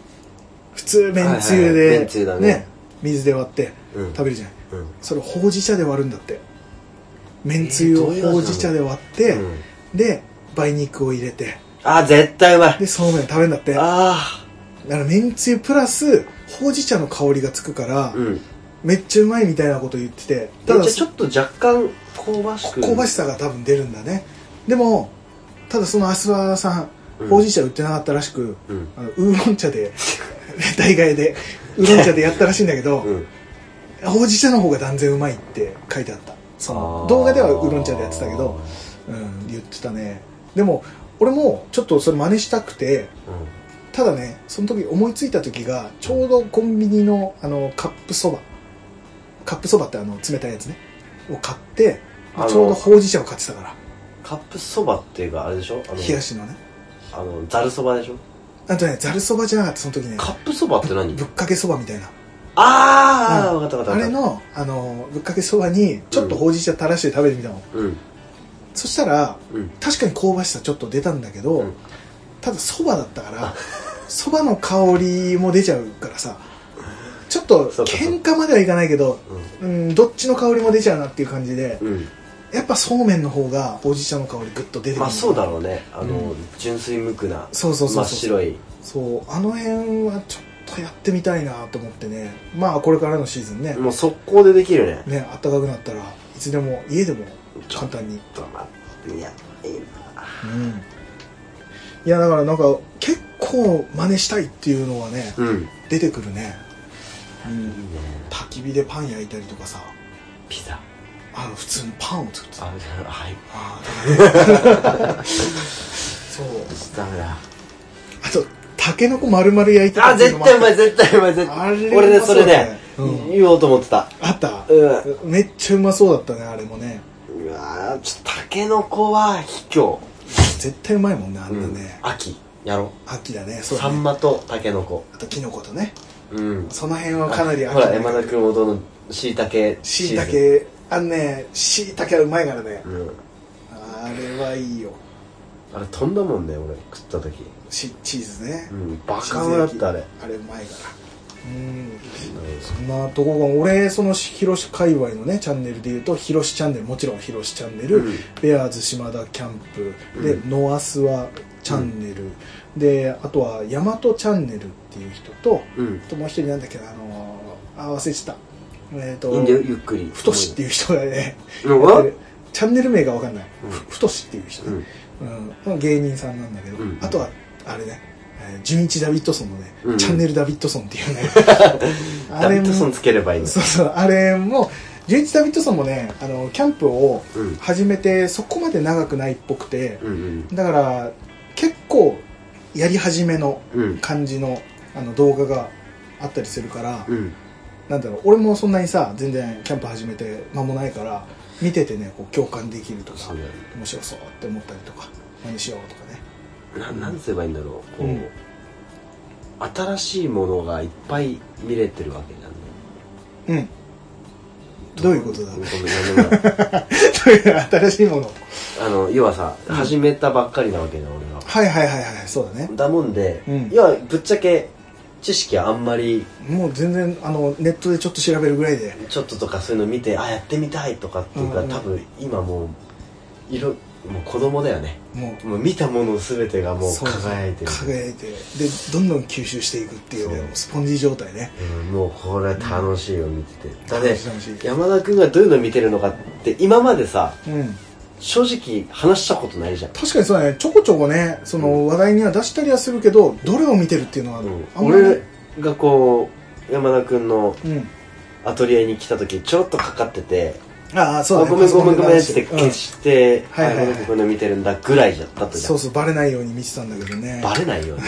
A: 普通めんつゆ
B: はいはいはい
A: で
B: めんつゆだね
A: ね水で割って
B: うん
A: 食べるじゃない
B: うん
A: それをほうじ茶で割るんだってめんつゆを
B: えーどういう味なの
A: ほうじ茶で割って
B: うん
A: で梅肉を入れて
B: あ絶対う
A: [LAUGHS]
B: まい
A: でそうめん食べるんだってだか
B: あ
A: らめんつゆプラスほうじ茶の香りがつくから
B: あうん
A: めっちゃうまいみたいなこと言ってて
B: じ
A: た
B: ゃあ
A: だ
B: ちょっと若干香ばしく
A: 香ばしさが多分出るんだねでもただそのアスワさん
B: うん
A: ほうじ茶売ってなかったらしく、
B: うん
A: あのウーロン茶で [LAUGHS] 大概でウーロン茶でやったらしいんだけど、
B: うん
A: ほうじ茶の方が断然うまいって書いてあったその
B: あー
A: 動画ではウーロン茶でやってたけど、うん、言ってたねでも俺もちょっとそれ真似したくて
B: うん
A: ただねその時思いついた時がちょうどコンビニのあのカップそばカップそばってあの冷たいやつねを買って
B: あの
A: ちょうどほうじ茶を買ってたから
B: カップそばっていうかあれでしょあの
A: 冷やしのね
B: あのざるそばでしょ
A: あとねざるそばじゃなかったその時ね
B: カップそばって何
A: ぶっかけそばみたいな
B: ああ、
A: う
B: わかったわか
A: あ
B: った
A: れ
B: わかっ
A: のあのぶっかけそばにちょっとほうじ茶垂らして食べてみたの、
B: たうん
A: そしたら
B: うん
A: 確かに香ばしさちょっと出たんだけど、
B: うん
A: ただそばだったから
B: あ
A: そばの香りも出ちゃうからさちょっと
B: そうかそう
A: 喧嘩まではいかないけどうんどっちの香りも出ちゃうなっていう感じで
B: うん、
A: やっぱそうめんの方がほうじ茶の香りグッと出てくる
B: まあそうだろうねあの、
A: うん
B: 純粋無垢な
A: そうそうそう
B: 真っ
A: そう
B: 白い
A: そうあの辺はちょっとやってみたいなと思ってねまあこれからのシーズンね、
B: もう速攻でできるね
A: ねあったかくなったらいつでも家でも
B: ちょ
A: 簡
B: っ
A: 単に
B: と待っていやいいな
A: うんいやだからなんか結構真似したいっていうのはね
B: うんいいね
A: 出てくるね、うん、焚き火でパン焼いたりとかさ
B: ピザ
A: あの普通にパンを作ってた
B: あはい
A: ああだから
B: [LAUGHS]
A: ねそう
B: ダメだ
A: あとたけのこ丸々焼いてた
B: あ
A: っていうの
B: 絶
A: もあっ
B: 対
A: た
B: うまい絶対うまい絶
A: あれ
B: 対俺ね
A: うま
B: そ
A: そう
B: れ
A: だ
B: ね
A: ねうん
B: 言おうと思ってた
A: あった
B: うん
A: めっちゃうまそうだったねあれもね
B: うわーちょっとタケノコは卑怯
A: 絶対うまいもんねあんなね、
B: 秋やろ
A: 秋だね
B: う
A: そう
B: サ
A: だ
B: ン
A: ね
B: マとタケノコ
A: あとキノコとね
B: うん
A: その辺はかなり秋
B: ほら山
A: だ
B: 田君ほどのしいたけ
A: しいたけあのねしいたけはうまいからね
B: うん
A: あれはいいよ
B: あれ飛んだもんね俺食った時
A: しチーズね
B: うんバカだったあれ
A: あれうまいからうんそんなとこが俺その広し界隈のねチャンネルで言うと広しチャンネルもちろん広しチャンネル、
B: うん
A: ベアーズ島田キャンプで、
B: う
A: ノアスワチャンネル、であとはヤマトチャンネルっていう人と
B: うん
A: あともう一人なんだっけなあのー、あ忘れてたえっ、と
B: いいんだよゆっくり
A: ふとしっていう人がね
B: うん
A: やってるチャンネル名が分かんない、
B: うん
A: ふふとしっていう人
B: う
A: ね、
B: ん
A: うん芸人さんなんだけど、
B: うん
A: あとはあれねえー純一ダビッドソンのね、
B: うん
A: チャンネルダビッドソンっていうねあ
B: [LAUGHS] ダビ
A: れ
B: ッドソン
A: も
B: つければいいの
A: そうそうあれも純一ダビッドソンもねあのキャンプを
B: うん
A: 始めてそこまで長くないっぽくて
B: うん
A: だから結構やり始めの
B: うんうん
A: 感じのあの動画があったりするから、
B: うん
A: なんだろう俺もそんなにさ全然キャンプ始めて間もないから見ててねこう共感できるとか
B: そうだよね
A: 面白そうって思ったりとか何しようとかね
B: ななんすればいいんだろうこ
A: うん
B: う新しいものがいっぱい見れてるわけじゃんね
A: うんどういうことだ
B: ごめんなんでもない
A: という [LAUGHS] 新しいもの
B: あの要はさ
A: ん
B: 始めたばっかりなわけじゃん俺は
A: はいはいはいはいそうだね
B: だもんで、
A: うん
B: 要はぶっちゃけ知識あんまり
A: もう全然あのネットでちょっと調べるぐらいで
B: ちょっととかそういうの見てあやってみたいとかっていうか、
A: うんうん
B: 多分今もういろもう子供だよね
A: も
B: もう見たもの全てが
A: う
B: もう
A: そうそう
B: 輝いてる
A: 輝いてるでどんどん吸収していくっていうね
B: そ
A: も
B: う
A: うスポンジ状態ね
B: うんもうこれ楽しいよ見てて、だ
A: 楽
B: ね
A: しい楽しい
B: 山田君がどういうの見てるのかって今までさ
A: うん
B: 正直話したことないじゃん、
A: 確かにそうだねちょこちょこねその話題には出したりはするけどどれを見てるっていうのはあん
B: うん
A: まり
B: 俺がこう山田君の
A: うん
B: アトリエに来た時ちょろっとかかってて
A: ああ
B: 「
A: そうだ
B: あ
A: ね
B: ごめんごめんごめん」
A: パ
B: っつ
A: ソ
B: っ
A: コ
B: て
A: ンで流
B: 消
A: して
B: して「
A: はいはいはい
B: あごめんこういうの見てるんだ」ぐらいじゃった
A: うん
B: とじゃ
A: そ
B: ん
A: うそうバレないように見てたんだけどね
B: バレないように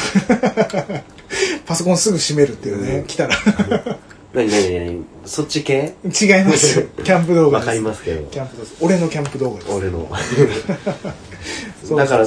A: パソコンすぐ閉めるっていうね、
B: うん
A: 来たら [LAUGHS]
B: 何何何そっち系 [LAUGHS]
A: 違いますキャンプ動画で
B: わ
A: す
B: かりますけど
A: キャンプです俺のキャンプ動画です [LAUGHS]
B: 俺の
A: そう
B: だから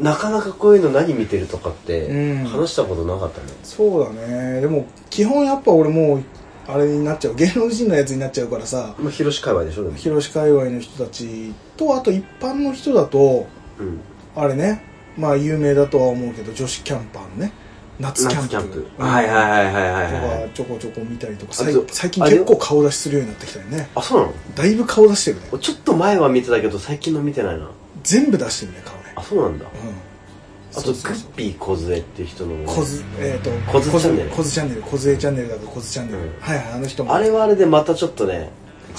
B: なかなかこういうの何見てるとかって
A: うん
B: 話したことなかったね
A: そうだねでも基本やっぱ俺もうあれになっちゃう芸能人のやつになっちゃうからさ
B: まあ広し界隈でしょでも
A: 広し界隈の人たちとあと一般の人だと
B: うん
A: あれねまあ有名だとは思うけど女子キャンパーのね夏キャン
B: 夏
A: プ
B: キャンプ
A: うん
B: はいはいはいはいはいはい
A: とかちょこちょこ見たりとか
B: あ
A: 最
B: と
A: 最近
B: あれよ
A: 結構顔出しするようになってきたよね
B: あそうな
A: だいぶ顔出してるね
B: のちょっと前は見てたけど最近の見てないな
A: 全部出してるね顔ね
B: あそうなんだ
A: うん
B: あ
A: そ
B: とグ
A: うそうそう
B: ッピー梢っていう人の
A: こずえっ、と
B: こずチャンネル
A: こずチャンネルこずえチャンネルだとこずチャンネル、
B: うん
A: はいはいあの人も
B: あれはあれでまたちょっとね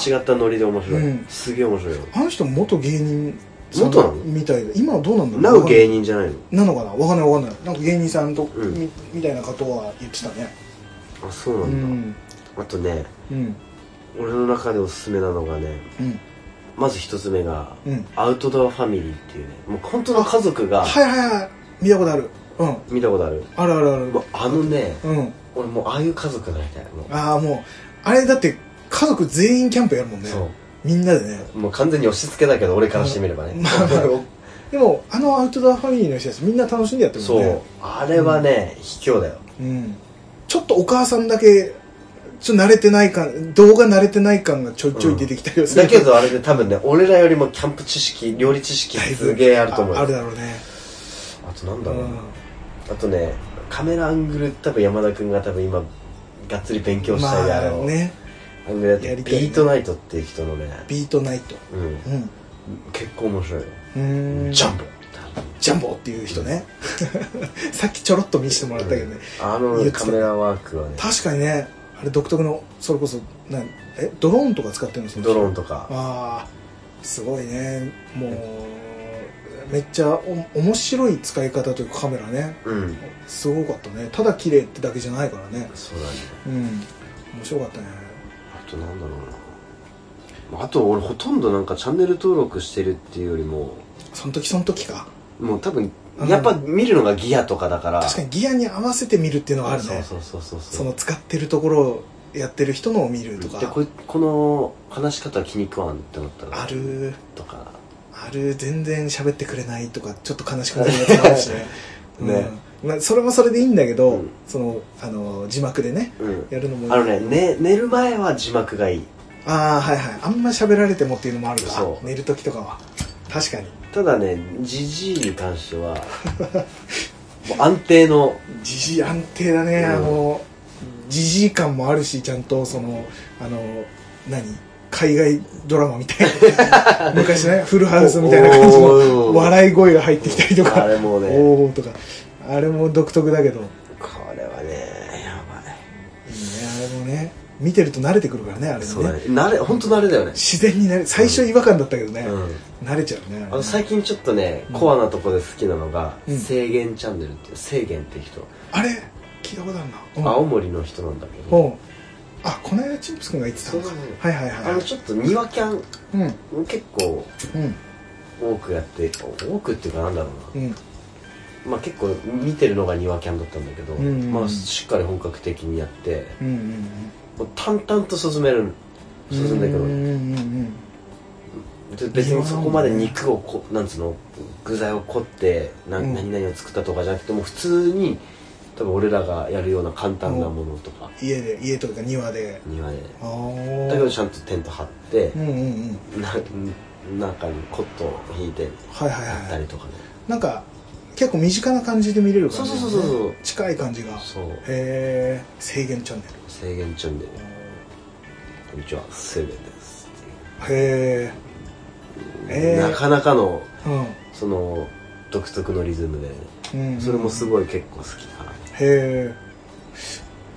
B: 違ったノリで面白い、
A: うん
B: すげえ面白いよ
A: あの人も元芸人さん
B: 元なの
A: みたいで今はどうなんだろう
B: な
A: 人
B: お芸人じゃないの
A: なのかなわかんないわかんないなんか芸人さんと、
B: うん
A: みみたいなことは言ってたね
B: あそう
A: う
B: なんだ、
A: ん
B: あとね
A: うん
B: 俺の中でおすすめなのがね
A: うん
B: まず一つ目が、
A: うん
B: アウトドアファミリーっていうねもう本当の家族が
A: はいはいはい見たことあるうん
B: 見たことある
A: あるあるある
B: もうあのね
A: うん
B: 俺もうああいう家族になりたいもう
A: ああもうあれだって家族全員キャンプやるもんね
B: そ
A: みんなでね
B: うもう完全に押し付けだけど俺からしてみればね、
A: まあまあでもあのアウトドアファミリーの人たちみんな楽しんでやってるも
B: そ
A: ん
B: う、
A: ね
B: あれはね、卑怯だよ
A: うんちょっとお母さんだけちょっと慣れてない感動画慣れてない感がちょいちょい出てきたりはする
B: だけどあれで多分ね俺らよりもキャンプ知識料理知識すげえあると思うよ
A: ああるだろうね
B: あとなん
A: う
B: だろうな、
A: ん
B: あとねカメラアングル多分山田君が多分今がっつり勉強したいであろう、
A: まあね
B: アングルやって
A: やり
B: ビ
A: たいね
B: ートナイトっていう人のね、
A: ビートナイト
B: うん、
A: うん
B: 結構面白いよ、
A: うーん
B: ジャンボ
A: ジャンボっていう人ね [LAUGHS] さっきちょろっと見せてもらったけどね、
B: あ
A: 言
B: の
A: ってた
B: カメラワークはね
A: 確かにねあれ独特のそれこそなんえドローンとか使ってるんですか
B: ドローン
A: と
B: とか
A: ああすごいねもうめっちゃお面白い使い方というかカメラね
B: うん
A: すごかったねただ綺麗ってだけじゃないからね
B: そうだね
A: うん面白かったね
B: あとなんだろうなあと俺ほとんどなんかチャンネル登録してるっていうよりも
A: その時その時か
B: もう多分やっぱ見るのがギアとかだから
A: 確かにギアに合わせて見るっていうのがあるね
B: そうそうそうそう
A: その使ってるところをやってる人のを見ると
B: で
A: か
B: こいこの話し方気に食わんってなったら
A: ある
B: とか
A: ある全然喋ってくれないとかちょっと悲しくなるやつもあるしね
B: [LAUGHS] ね
A: うんまあ、それもそれでいいんだけど、
B: うん
A: そのあの字幕でね
B: うん
A: やるのも
B: あのねね寝る前は字幕がいい
A: ああはいはいあんま喋られてもっていうのもあるか
B: そう
A: 寝る時とかは確かに
B: ただねじじいに関して
A: [LAUGHS]
B: はもう安定の
A: じじい安定だね、
B: うん
A: あのじじい感もあるしちゃんとそのあの何海外ドラマみたい
B: [LAUGHS]
A: な昔ねフルハウスみたいな感じ
B: おーお
A: の
B: ー
A: 笑い声が入ってきたりと
B: あ
A: か
B: れもう
A: お
B: ね
A: おーとかあれも独特だけどいいね
B: これはねやば
A: あ
B: い
A: れもね見てると慣れてくるからねあれ
B: そう
A: も
B: だ
A: ね
B: ね慣れ本当慣れだよね
A: 自然になれ最初違和感だったけどね、
B: うん
A: 慣れちゃうね
B: あの最近ちょっとね、
A: うん
B: コアなとこで好きなのが、
A: うん
B: 制限チャンネルって制限って人、
A: あれ聞いたことあるなうん
B: 青森の人なんだけ
A: う
B: ど、
A: んあこの間チンプス君が言ってたのか
B: そうそう
A: はいはい
B: あ
A: は
B: の
A: い
B: ちょっと庭キャン
A: うん
B: 結構
A: うん
B: 多くやって多くっていうかなんだろう
A: う
B: な、
A: ん
B: まあ、結構見てるのが庭キャンだったんだけど、
A: うんうんうん
B: まあ、しっかり本格的にやって
A: うんうん
B: もう淡々と進める
A: うん
B: 進んでいく
A: うん
B: の
A: うん
B: で別にそこまで肉をこなんつうの具材を凝ってな
A: うん
B: 何々を作ったとかじゃなくてもう普通に多分俺らがやるような簡単なものとか
A: 家で家というか庭で
B: 庭で
A: ああ
B: だけどちゃんとテント張って
A: う、んうんうん
B: な中にコットンを引いてや
A: はいはい
B: った
A: は
B: り
A: い
B: とかね、
A: なんか結構身近な感じで見れるからね
B: そうそうそうそう
A: 近い感じがへ
B: そう
A: え制限チャンネル
B: 制限チャンネルこんにちはセレです
A: へええー
B: なかなかの
A: う
B: その独特のリズムで、
A: んうんうん
B: それもす
A: へ
B: ごい結構好きかな
A: え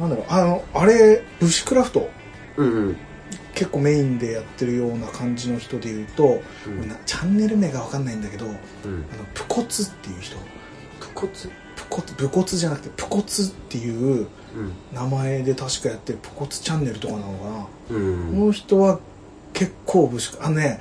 A: なんだろうあのあれブッシュクラフト
B: うんうん
A: 結構メインでやってるような感じの人でいうと、
B: うん
A: なチャンネル名が分かんないんだけどあの
B: うん
A: プコツっていう人
B: プコツ
A: プコツ武骨じゃなくてプコツっていう
B: う
A: 名前で確かやってるプコツチャンネルとかなのかな、
B: ん
A: この人は結構ぶしあのね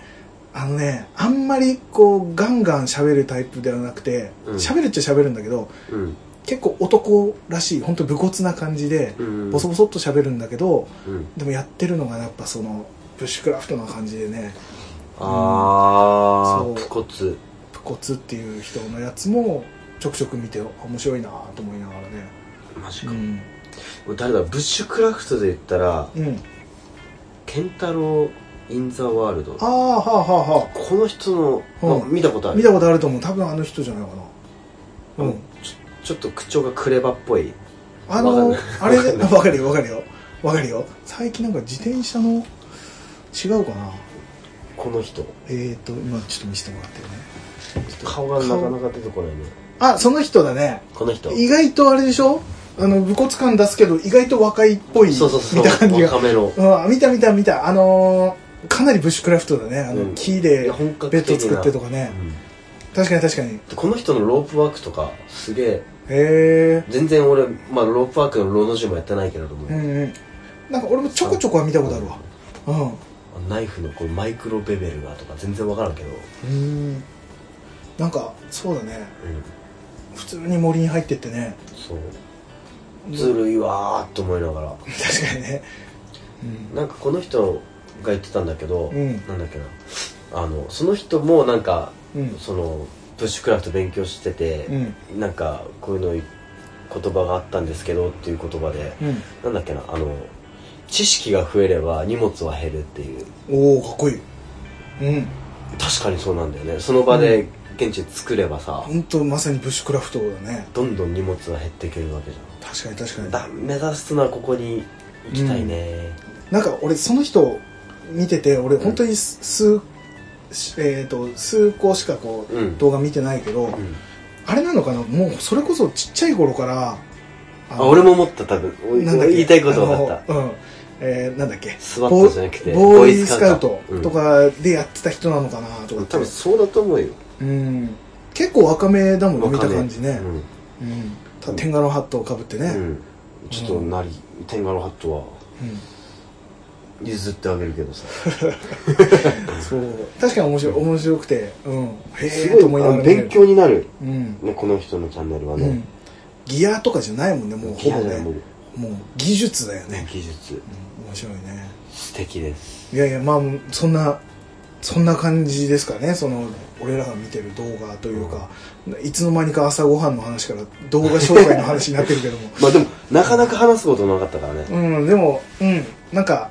A: あのねあんまりこうガンガン喋るタイプではなくて
B: うん
A: 喋、るっちゃ喋るんだけど
B: うん
A: 結構男らしい本当武骨な感じで
B: うん
A: ボソボソっと喋るんだけど
B: うん
A: でもやってるのがやっぱそのブッシュクラフトな感じでね
B: あ
A: そう
B: あプコツ
A: プコツっていう人のやつもちょくちょく見て面白いなと思いながらね
B: マジ
A: う
B: か、
A: ん
B: 誰だブッシュクラフトで言ったら
A: うん
B: ケンタロウ・イン・ザ・ワールド
A: ああはあはあは
B: この人の、
A: うん
B: あ見たこと
A: あ
B: ある
A: 見たことあると思う多分あの人じゃないかなうん
B: ちょちょっと口調がクレバっぽい
A: あ
B: わ
A: の
B: かんない
A: あれで
B: わかんない
A: わかるよわかるよわかるよ最近なんか自転車の違うかな
B: この人
A: えーと今ちょっと見せてもらってるね
B: 顔がなかなか出てこないね
A: あその人だね
B: この人
A: 意外とあれでしょあの武骨感出すけど意外と若いっぽい
B: そうそうそう
A: 見た感じが
B: カメの
A: うん、見た見た見たあのーかなりブッシュクラフトだねあの、
B: うん
A: 木
B: い
A: で
B: や本格
A: ベッ
B: 的な
A: ド作ってとかね
B: うん
A: 確かに確かにへ
B: でこの人のロープワークとかすげえ
A: え
B: 全然俺、まあ、ロープワークのローの字もやってないけれども、
A: うんうんなんか俺もちょこちょこは見たことあるわうん
B: ナイフのこうマイクロベベルがとか全然分からんけど、
A: うーんなんかそうだね
B: うん、
A: 普通に森に入ってってね [LAUGHS]
B: そうずるいわーと思いながら
A: 確かにねうん
B: なんかこの人が言ってたんだけど、
A: うん
B: なんだっけなあのその人もなんか
A: うん
B: そのブッシュクラフト勉強してて
A: う、ん
B: なんかこういうの言葉があったんですけどっていう言葉で、
A: うん
B: なんだっけなあの知識が増えれば荷物は減るっていう
A: おおかっこいいうん
B: 確かにそうなんだよねその場で現地作ればさ、
A: 本当まさにブッシュクラフトだね
B: どんどん荷物は減っていけるわけじ
A: 確かに確
B: ゃ
A: か
B: ん
A: に
B: だ目指すのはここに行きたいね、
A: なんか俺その人見てて俺本当に数、しえー、と数個しかこう、
B: うん
A: 動画見てないけど、
B: うん
A: あれなのかなもうそれこそちっちゃい頃からあ
B: あ俺も思った多分俺
A: なんだっけ
B: 言いたいこと分かっ
A: あのうんえー、なんだっけ
B: スワットじゃなくて
A: ボーボ
B: ボ
A: ー
B: ー
A: イ
B: イ
A: ス
B: ス
A: カ
B: カ
A: ウ
B: ウ
A: ト
B: ト
A: とかでやってた人なのかなとか
B: た
A: って
B: 多分そうだと思うよ
A: うん、結構若めだもんね見た感じね
B: う、ん
A: うん、た天下のハットをかぶってね、
B: う
A: うん
B: んちょっとなり天下のハットは譲ってあげるけどさ
A: そう確かに面白い面白くて、うん、へ
B: す
A: えと
B: ご
A: 思い
B: い
A: な
B: あ
A: が
B: の
A: ら見れ
B: 勉
A: る、
B: 強になる
A: うん
B: ねこの人のチャンネルは
A: う
B: ね
A: ん、ギアとかじゃないもんねもうほぼ
B: い
A: ね
B: やもう
A: もう技術だよね、
B: 技術
A: うん、面白いね
B: 素敵です
A: いやいやまあそんなそんな感じですかねその俺らが見てる動画というか、いつの間にか朝ごはんの話から動画紹介の話になってるけども [LAUGHS]
B: まあでもなかなか話すことなかったからね
A: うんでもうんなんか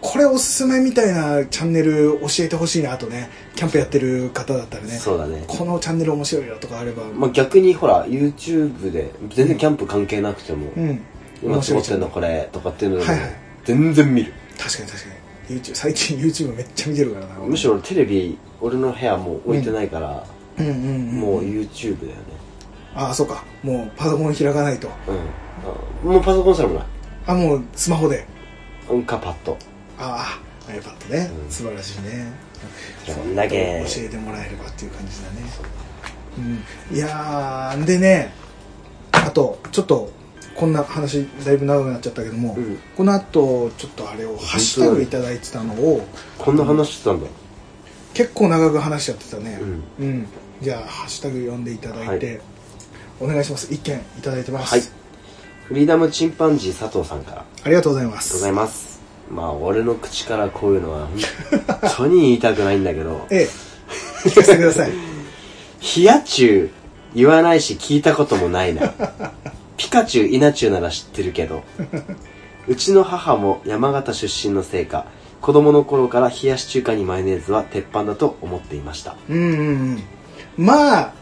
A: これおすすめみたいなチャンネル教えてほしいなあとねキャンプやってる方だったらね
B: そうだね
A: このチャンネル面白いよとかあれば、
B: まあ逆にほら YouTube で全然キャンプ関係なくても
A: うん
B: 今積もってんの
A: 面
B: これとかっていうのでも
A: はいはい
B: 全然見る
A: 確かに確かに YouTube 最近 YouTube めっちゃ見てるからな
B: むしろテレビ俺の部屋もう置いてないから、
A: うんうん、うん、
B: もう YouTube だよね
A: ああそうかもうパソコン開かないと
B: うんあもうパソコンすらもない
A: あもうスマホで
B: うんかパッド
A: ああ iPad ね、
B: うん
A: 素晴らしいね
B: そんだけ
A: 教えてもらえればっていう感じだねうんいやーんでねあとちょっとこんな話だいぶ長くなっちゃったけども、
B: うん
A: この後ちょっとあれをハッシュタグいただいてたのを
B: こんな話してたんだ
A: 結構長く話しちゃってたね
B: うん
A: うん、じゃあハッシュタグ読んでいただいて、
B: はい
A: お願いします一件いただいてます、
B: はいフリーダムチンパンジー佐藤さんからありが
A: ありがとうございま
B: とう
A: す
B: ございますまあ俺の口からこういうのは本当に言いたくないんだけど
A: ええ聞かせてください
B: 冷や中言わないし聞いたこともな
A: [LAUGHS]
B: いなピカチュウイナチュウなら知ってるけどうちの母も山形出身のせいか子供の頃から冷やし中華にマヨネーズは鉄板だと思っていました
A: うんうんうんまあ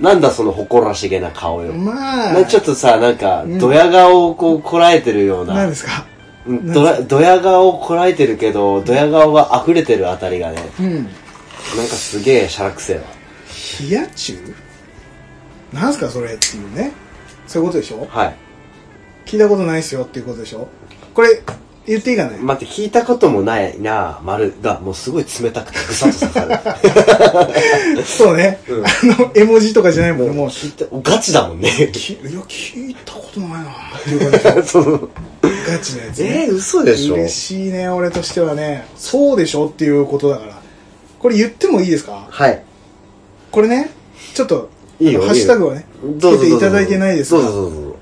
B: なんだその誇らしげな顔よ、
A: まあ
B: なちょっとさなんか
A: うん
B: ドヤ顔をこうこらえてるような
A: 何ですか
B: うんドラドヤ顔をこらえてるけどドヤ顔が溢れてるあたりがね
A: うん
B: なんかすげえシャラくせえわ
A: 冷や中なんすかそれっていうねそういうことでしょ
B: はい
A: 聞いたことないっすよっていうことでしょこれ言っていいかね
B: 待って聞いたこともないなあ丸がもうすごい冷たくてぐさっと刺さる
A: そうね、
B: うん
A: あの絵文字とかじゃないもんねもう
B: 聞いたガチだもんね
A: きいや聞いたことないなっていうことでしょ
B: [LAUGHS] その
A: ガチなやつね
B: えー、嘘でしょ
A: 嬉しいね俺としてはねそうでしょっていうことだからこれ言ってもいいですか
B: はい
A: これねちょっと
B: いいよ
A: ハッシュタグはね
B: どうぞ
A: つけていただいてないです
B: ど
A: か
B: うぞどうぞどうぞ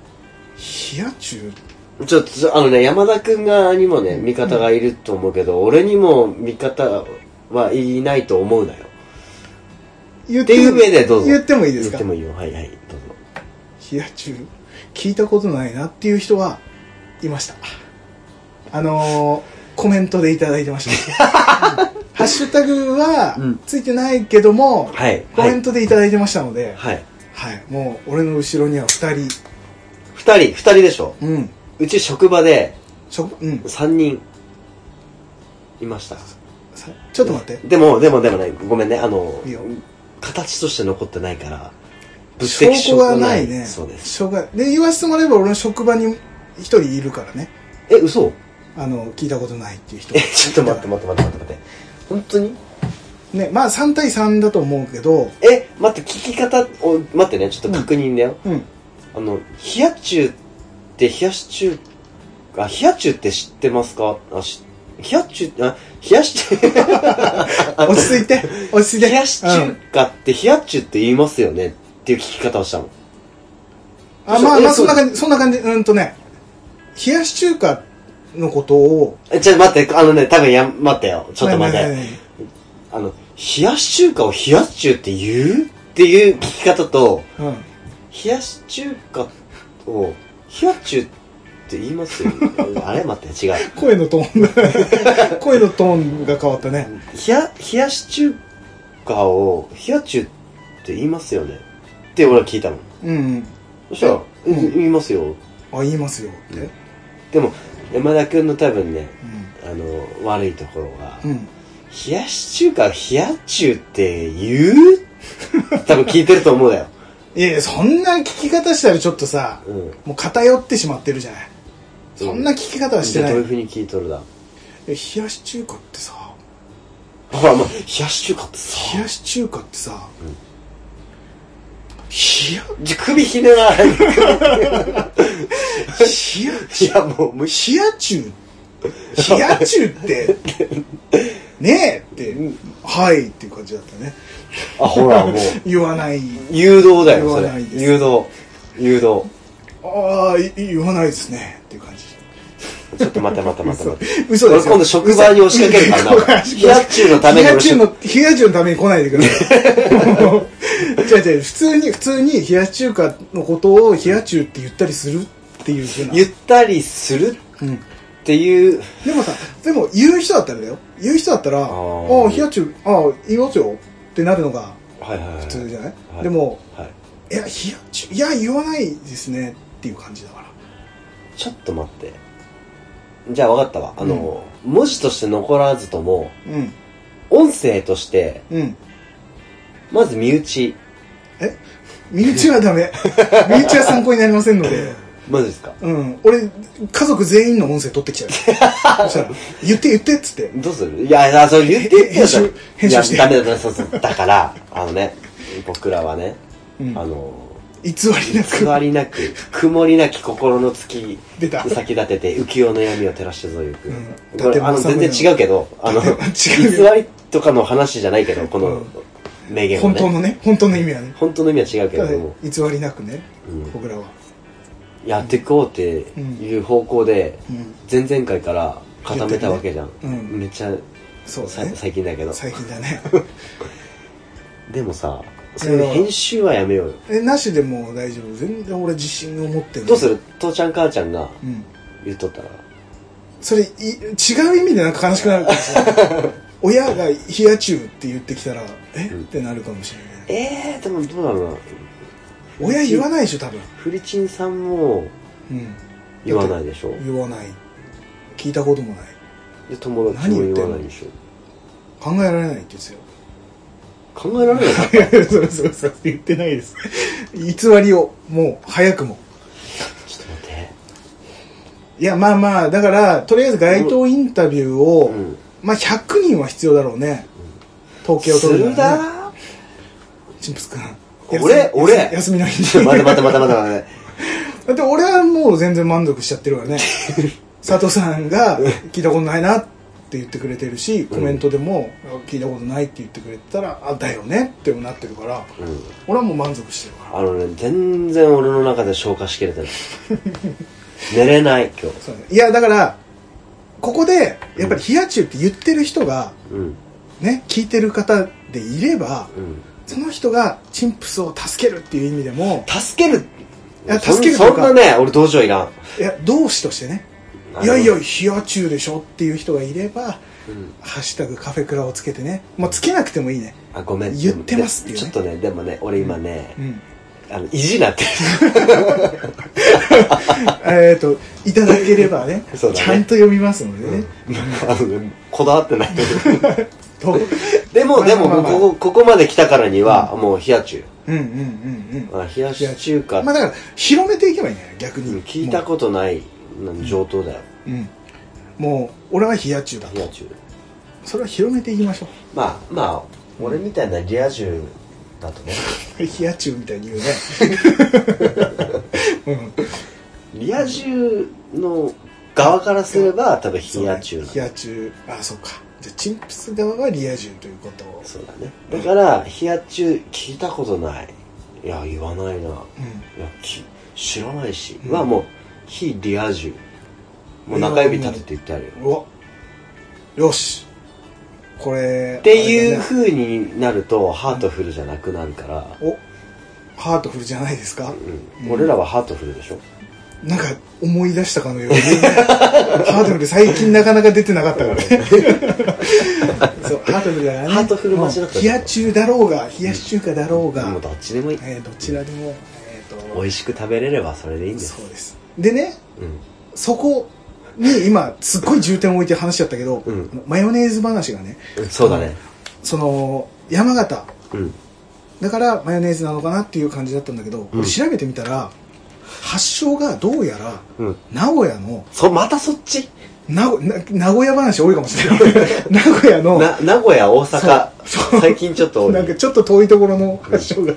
A: 冷や中
B: ちょっとちょあのね山田君がにもね味方がいると思うけど、俺にも味方はいないと思うなよ
A: 言っ
B: っていう上でどうぞ
A: 言ってもいいですか
B: 言ってもいいよはいはいどうぞ
A: 冷や中聞いたことないなっていう人はいましたあのー、コメントでいただいてま
B: [LAUGHS]
A: した、うんハッシュタグは
B: うん
A: ついてないけども、
B: はい
A: コメントでいただいてましたので、はい
B: はい
A: もう俺の後ろには2人
B: 二人二人でしょ
A: うん
B: うち職場で
A: しょ、うん、
B: 三人いました
A: さちょっと待って
B: でもでもでもねごめんねあの
A: いいよ
B: 形として残ってないから
A: 証拠がないね
B: そうです
A: 証拠がで言わせてもらえば俺の職場に1人いるからね
B: え嘘 [LAUGHS]
A: あの聞いたことないっていう人
B: えちょっと待って待って待って待って本当に
A: ねまあ3対3だと思うけど
B: え待って聞き方お待ってねちょっと確認だよ、
A: うん
B: あの冷や中って冷やし中あ冷や中って知ってますかあし冷冷や中、あ、冷
A: [LAUGHS]
B: やし中、
A: 落ち着
B: [LAUGHS]
A: いて、落ち着いて。
B: 冷やし
A: うん
B: 中華って冷や中って言いますよねっていう聞き方をしたの。
A: あ、まあまあ、
B: そ
A: そ
B: うん
A: な感じ、そんな感じ、うんとね、冷やし中華のことを、
B: え、ちょ、待って、あのね、多分や、待ってよ。ちょっと待
A: ね
B: っ
A: えねえ
B: て。
A: ね
B: あの、冷やし中華を冷やし中って言うっていう聞き方と、
A: えねえうん。
B: 冷やし中華を冷や中って言いますよね。あれ待って、違う。
A: 声のトーンが声のトーンが変わったね
B: 冷や、冷やし中華を冷や中って言いますよねって俺は聞いたの。
A: うん
B: そしたら、
A: う
B: うんん、言いますよ。
A: あ言いますよってうん
B: でも、山田くんの多分ね、あの、悪いところが、
A: うん
B: 冷やし中華を冷や中って言う多分聞いてると思うだよ。
A: いやいやそんな聞き方したらちょっとさ
B: うん。
A: もう偏ってしまってるじゃないそんな聞き方はし
B: じ
A: て
B: ゃあ
A: ない
B: どうい
A: え
B: う風に聞いとるだ
A: 冷やし中華ってさ
B: ほら、まあ、冷やし中華ってさ、
A: 冷やし中華ってさ
B: う
A: 冷
B: ん
A: や
B: じゃ首ひねない。
A: 冷や
B: いや、もう無視。
A: 冷や中
B: [LAUGHS]
A: 冷や中ってねえってはいっていう感じだったね
B: あ、ほら、もう、
A: 言わない
B: 誘導だよ、そ
A: 言わない
B: れ。
A: です
B: 誘導。誘導。
A: ああい言わないですねっていう感じ
B: ちょっと待って待って待って待って。
A: [LAUGHS] 嘘ですよ
B: 俺今度職場に押しかけるからな。 [LAUGHS] 冷や中のために
A: 冷や
B: 俺
A: 中の、冷や中のために来ないでく [LAUGHS] ださい。じゃじゃ普通に、普通に冷や中華のことを冷や中って言ったりするっていうふうな。
B: ゆったりする
A: うん
B: っていう、
A: でもさ、でも言う人だったらだよ。言う人だったら、あ
B: ー
A: あ、冷や中、ああ、言いますよってなるのが
B: はいはいはい。
A: 普通じゃない、
B: はい
A: でも、
B: はい。
A: いや、冷や中、いや、言わないですねっていう感じだから。
B: ちょっと待って。じゃあ分かったわ。あの、文字として残らずとも、
A: うん、
B: 音声として、
A: うん。
B: まず身内。
A: 身内はダ
B: [LAUGHS]
A: メ。身内は参考になりませんので。
B: マジですか
A: うん。俺、家族全員の音声取って
B: [LAUGHS]
A: きちゃう。そしたら、言って言ってっつって。
B: どうするいや、いやそれ言って言ってよ
A: 編集編集して
B: いや、ダメだ、ダメだ、そうそう。だから、あのね、僕らはね、
A: うん
B: あの、
A: 偽りな
B: 偽
A: く
B: りなく、曇りなき心の月、
A: 出た。
B: 先立てて浮世の闇を照らしてぞゆく、
A: うん
B: これあの
A: 伊達政宗
B: 全然違うけどあの
A: 違
B: [LAUGHS]
A: う
B: 偽
A: よ
B: りとかの話じゃないけどこ
A: う
B: の
A: ん
B: 名 [LAUGHS] 言は
A: 本当
B: ね
A: のね、本当の意味はね。
B: 本当の意味は違うけ
A: た
B: れ
A: だ
B: ども、
A: 偽りなくね、
B: うん
A: 僕らは。
B: やっていこうっていう方向で
A: うん。
B: 前々回から固めたわけじゃん、
A: うん
B: めっちゃ
A: そう
B: さ
A: だね。
B: 最近だけど
A: 最近だね。
B: でもさそれで編集はやめようよ
A: え、なしでも大丈夫。全然俺自信を持ってる。
B: どうする父ちゃん母ちゃんが
A: うん。
B: 言っとったら
A: それ、い違う意味でなんか悲しくなるからさ。
B: [LAUGHS]
A: 親が冷や中って言ってきたら、え
B: うん
A: ってなるかもしれない。
B: えー、でもどうだろうな
A: 親言わないでしょ、多分。
B: フリチンさんも
A: うん。
B: 言わないでしょ
A: 言わない。聞いたこともない。
B: で友達も言わないでしょ
A: 考えられないですよ。 [LAUGHS]
B: 考えられない
A: いやそうそうそう言ってないです偽りをもう早くも
B: ちょっと待って。
A: いやまあまあだからとりあえず街頭インタビューを、
B: うん。
A: まあ100人は必要だろうね統計を
B: す
A: 取るな
B: る
A: らね
B: だ
A: チンプス君
B: [LAUGHS] 俺
A: 休み
B: 俺
A: 休みの日
B: [LAUGHS] ー
A: に
B: 待
A: だ
B: て
A: [LAUGHS]
B: 待て待て待て待て。
A: って俺はもう全然満足しちゃってるから
B: [LAUGHS]
A: ね佐藤さんが聞いたことないなって言ってくれてるしコメントでも聞いたことないって言ってくれてたらあだよねってなってるから
B: うん。
A: 俺はもう満足してるから
B: あのね、全然俺の中で消化しきれ
A: [LAUGHS]
B: てない。寝れない、今日。
A: そうねいやだからここでやっぱり冷や中って言ってる人が
B: うん。
A: ね聞いてる方でいれば
B: うん。
A: その人がチンプスを助けるっていう意味でも
B: 助ける
A: いや
B: そん
A: 助けるとか
B: そんなね、俺同情いらん。
A: いや同志としてねいやいや冷や中でしょっていう人がいれば
B: うん
A: 「ハッシュタグカフェクラ」をつけてねもうつけなくてもいいね
B: あ、ごめん。
A: 言ってますって
B: で
A: いうね
B: ちょっとね、でもね、俺今ね
A: う、ん [LAUGHS]
B: あの、意地なってる。
A: えっといただければね
B: そうだね
A: ちゃんと読みますのでね、
B: あのねこだ
A: [LAUGHS]
B: わってない。
A: とうん、
B: でも、でも、
A: まあまあまあ
B: ここ、ここまで来たからには、もう、冷や中。
A: うんうんうん
B: あ冷やし中華
A: まあだから広めていけばいいんじゃない逆
B: うん
A: に
B: 聞いたことないうん上等だよ。
A: とうんもう俺は冷や中だ
B: 冷や中。
A: それは広めていきましょう [LAUGHS]
B: まあまあ俺みたいなリア充だとね
A: 冷や中みたいに言うね、うん、
B: リア充の側からすれば多分冷や
A: そ
B: 中
A: う
B: な
A: ね冷や中あそうかじゃあチンプス側がリア充ということを
B: そうだねだから冷や中聞いたことないいや言わないな
A: うん
B: いやき知らないし、
A: うん
B: はもう非リア充もう中指立てて言ってあるよ
A: うわよしこれ
B: っていう
A: あれ
B: 風になるとハートフルじゃなくなるから、
A: だねおハートフルじゃないですか
B: う
A: う
B: ん
A: ん
B: 俺らはハートフルでしょ
A: なんか思い出したかのようにハートフル最近なかなか出てなかったからねそうハートフルだからね
B: ハートフル間違った
A: うん冷や中だろうが冷やし中華だろうが、
B: もうどっちでもいい
A: えーどちらでも、えー、と
B: 美味しく食べれればそれでいいんです
A: そうですでね
B: うん
A: そこに今すっごい重点を置いて話しちゃったけど、
B: うん
A: あのマヨネーズ話がね
B: うんそうだね
A: その山形
B: うん
A: だからマヨネーズなのかなっていう感じだったんだけど、
B: うん
A: 俺調べてみたら発祥がどうやら
B: うん
A: 名古屋の
B: そまたそっち
A: 名古な名古屋話多いかもしれな
B: [LAUGHS]
A: い名古屋の
B: な名古屋大阪
A: そうそう
B: 最近ちょっと多い
A: なんかちょっと遠いところの発祥が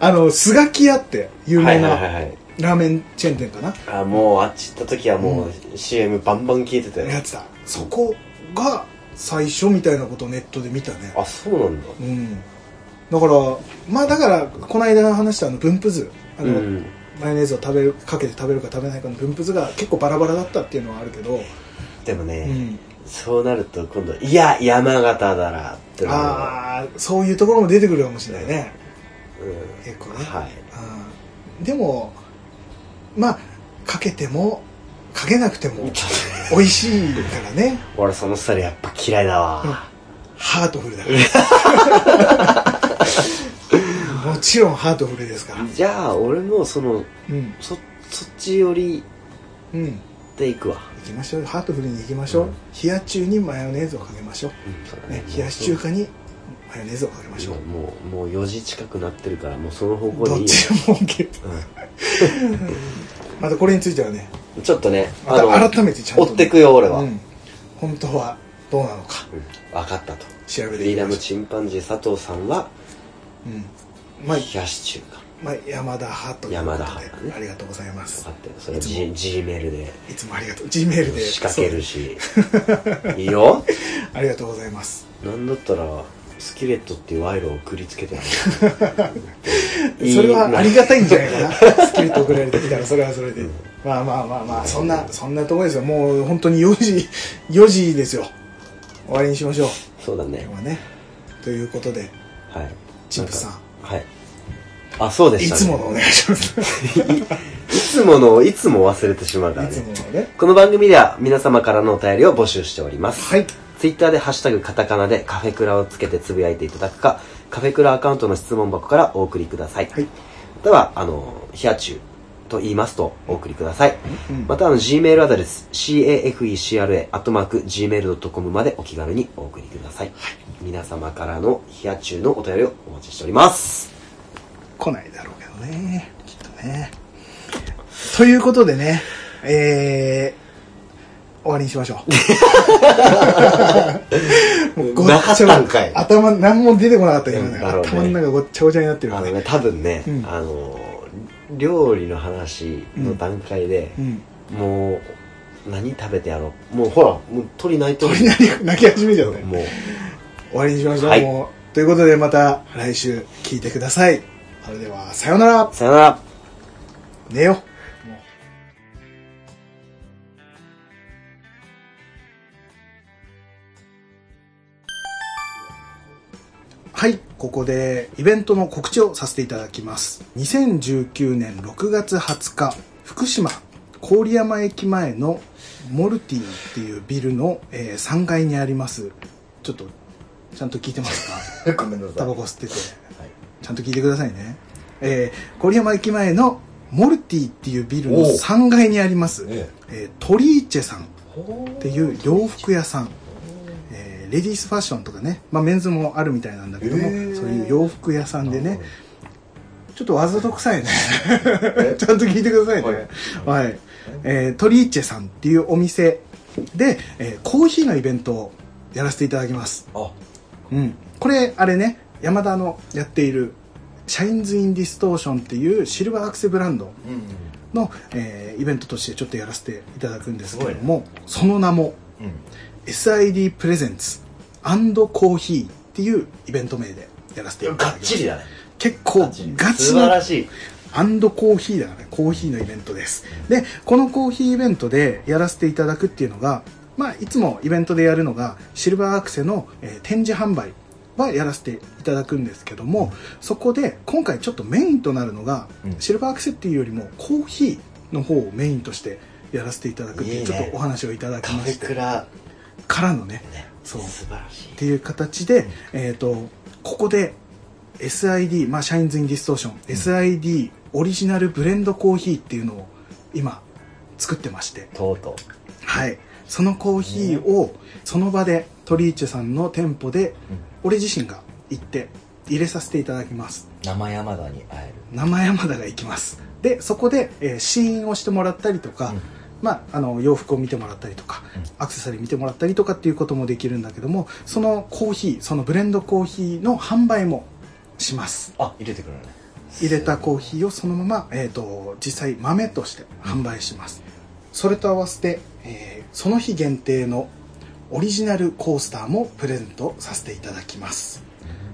A: あのスガキ屋って有
B: は
A: 名
B: いはいはい
A: な
B: はい
A: ラーメンチェーン店かな、
B: あもうあっち行った時はもう CM バンバン聞いてた
A: や
B: よ
A: ってたそこが最初みたいなことをネットで見たね
B: あそうなんだ
A: うんだからまあだからこの間話したあの分布図あ
B: う
A: の、
B: ん
A: マヨネーズを食べるかけて食べるか食べないかの分布図が結構バラバラだったっていうのはあるけど、
B: でも
A: う
B: ね
A: ん、
B: そうなると今度いや山形だらってのが
A: ああそういうところも出てくるかもしれないね
B: う
A: 結構
B: ん
A: ね、
B: はい
A: あーでもまあかけてもかけなくても
B: ちょっ
A: 美味しいからね
B: と俺そのスタイルやっぱ嫌いだわ
A: ハートフルだから
B: [LAUGHS]
A: もちろんハートフルですから
B: じゃあ俺もその
A: うん
B: そそっち寄り
A: うん
B: で行くわ
A: 行きましょうハートフルに行きましょう、
B: うん
A: 冷や中にマヨネーズをかけましょ
B: うんそうだ
A: う、ね
B: ね、
A: 冷やし中華にマヨネーズをかけましょう、
B: もうもう4時近くなってるからもうその方向でい
A: ど
B: い
A: っ
B: よ
A: ちも OK またこれについてはね
B: うんちょっとね
A: また改めてちゃんとね、
B: 追ってくよ俺は、
A: うん、本当はどうなのか
B: 分かったと
A: 調べ
B: フ
A: て
B: リ
A: い
B: ー
A: き
B: ダ
A: ま
B: ム
A: し
B: チンパンジー佐藤さんは
A: ょう、うんまあ
B: 冷やし中華
A: まあ、山田派ということで
B: 山田派だね
A: ありがとうございま
B: 分
A: す
B: かってるそれ
A: いつも
B: G, G メールで
A: いつもありがとう G メールで
B: 仕掛けるしいいよ
A: そうありがとうございます
B: なんだったらスキレットっていう賄賂を送りつけてやるいいな
A: [LAUGHS] それはありがたいんじゃないか
B: [LAUGHS]
A: なスキルと送られてきたらそれはそれで、
B: うん
A: まあまあまあまあそんなそんなとこですよもう本当に4時4時ですよ終わりにしましょう
B: そうだね
A: 今日はねということで
B: はい
A: チンプさん
B: なんかはいあそうで
A: い
B: した、ね、
A: つものお願いします、
B: [LAUGHS] いつものをいつも忘れてしまうから
A: いつも
B: ね。
A: のね
B: この番組では皆様からのお便りを募集しております。
A: はい
B: ツイッターでハッシュタグカタカナでカフェクラをつけてつぶやいていただくか、カフェクラアカウントの質問箱からお送りください。
A: はい、
B: または、あの、ヒアチューと言いますとお送りください。
A: うん
B: また、あの、Gmail アドレス、cafecra.gmail.com までお気軽にお送りください。皆様からのヒアチューのお便りをお待ちしております。
A: 来ないだろうけどねきっとねということでねえー、終わりにしましょ
B: [LAUGHS]
A: うもう
B: なかったんかい
A: [LAUGHS] 頭何も出てこなかった今
B: うん
A: ね
B: だろうね
A: 頭の中ごっちゃごちゃになってる
B: あ
A: よ
B: の
A: ね
B: ね、多分ね、
A: うん
B: あの、料理の話の段階で
A: う、ん
B: もう、何食べてやろう。もうほら、もう鳥鳴いてる
A: 鳥なり [LAUGHS] 泣き始めちゃったね
B: もう、
A: 終わりにしましょう、
B: はい
A: もうということでまた来週聞いてくださいそれではさようなら
B: さよなら。
A: 寝ようもうはい、ここでイベントの告知をさせていただきます。2019年6月20日、福島郡山駅前のモルティンっていうビルの、えー3階にあります。ちょっと、ちゃんと聞いてますか
B: ごめんなさ
A: タ
B: い。
A: バコ吸ってて、ちゃんと聞いてくださいねえー郡山駅前のモルティっていうビルの
B: おう
A: 3階にあります、
B: え
A: えートリーチェさんっ
B: って
A: いう洋服屋さん、えーレディースファッションとかね、まあ、メンズもあるみたいなんだけども、
B: へー
A: そういう洋服屋さんでねちょっとわざと臭いね [LAUGHS] ちゃんと聞いてくださいねはい、えートリーチェさんっていうお店で、えーコーヒーのイベントをやらせていただきます
B: あ、
A: うん、これあれね山田のやっているシャインズ・イン・ディストーションっていうシルバーアクセブランド
B: うん。
A: の、えーイベントとしてちょっとやらせていただくんですけれども、その名も
B: うん。
A: SID プレゼンツコーヒーっていうイベント名でやらせていただき
B: が
A: ます
B: っちりだね。
A: 結構ガチ
B: 素
A: の
B: 晴らしい。
A: アンドコーヒーだからね、コーヒーのイベントです。で、このコーヒーイベントでやらせていただくっていうのが、まあ、いつもイベントでやるのが、シルバーアクセの、えー展示販売はやらせていただくんですけども、そこで今回ちょっとメインとなるのが、
B: うん
A: シルバーアクセっていうよりもコーヒーの方をメインとしてやらせていただくっていう
B: いいね
A: ちょっとお話をいただき
B: カ
A: ま
B: フ
A: し
B: ェク
A: て、
B: ラ
A: からのね、
B: ね。
A: そう
B: 素晴らしい
A: っ。ていう形で、えー、とここで SID、まあ、シャインズ・イン・ディストーション、SID オリジナルブレンドコーヒーっていうのを今作ってまして、
B: とうと
A: はい、そのコーヒーをその場でトリーチェさんの店舗で
B: う。
A: 俺自身が行って入れさせていただきます
B: 生山田に会える。
A: 生山田が行きますでそこで、えー試飲をしてもらったりとか、
B: うん
A: まあ、あの洋服を見てもらったりとか、
B: うん
A: アクセサリー見てもらったりとかっていうこともできるんだけどもそのコーヒーそのブレンドコーヒーの販売もします
B: あ、入れてくるね。
A: 入れたコーヒーをそのまま、えー、と実際豆として販売しますそれと合わせて、えーその日限定のオリジナルコースターもプレゼントさせていただきます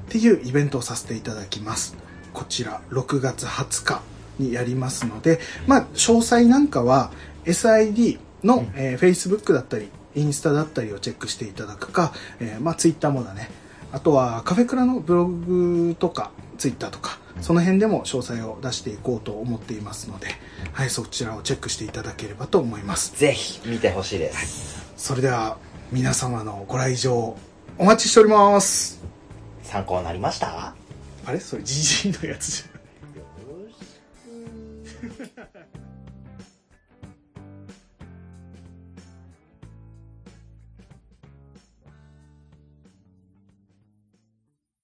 A: っていうイベントをさせていただきますこちら6月20日にやりますので、まあ、詳細なんかは SID の、
B: うん
A: えー Facebook だったりインスタだったりをチェックしていただくか、えーまあ、Twitter もだねあとはカフェクラのブログとか Twitter とか
B: うん
A: その辺でも詳細を出していこうと思っていますので、はい、そちらをチェックしていただければと思います
B: ぜひ見てほしいです。
A: それでは皆様のご来場お待ちしております
B: 参考になりました
A: あれそれ GG のやつじゃん
B: よし。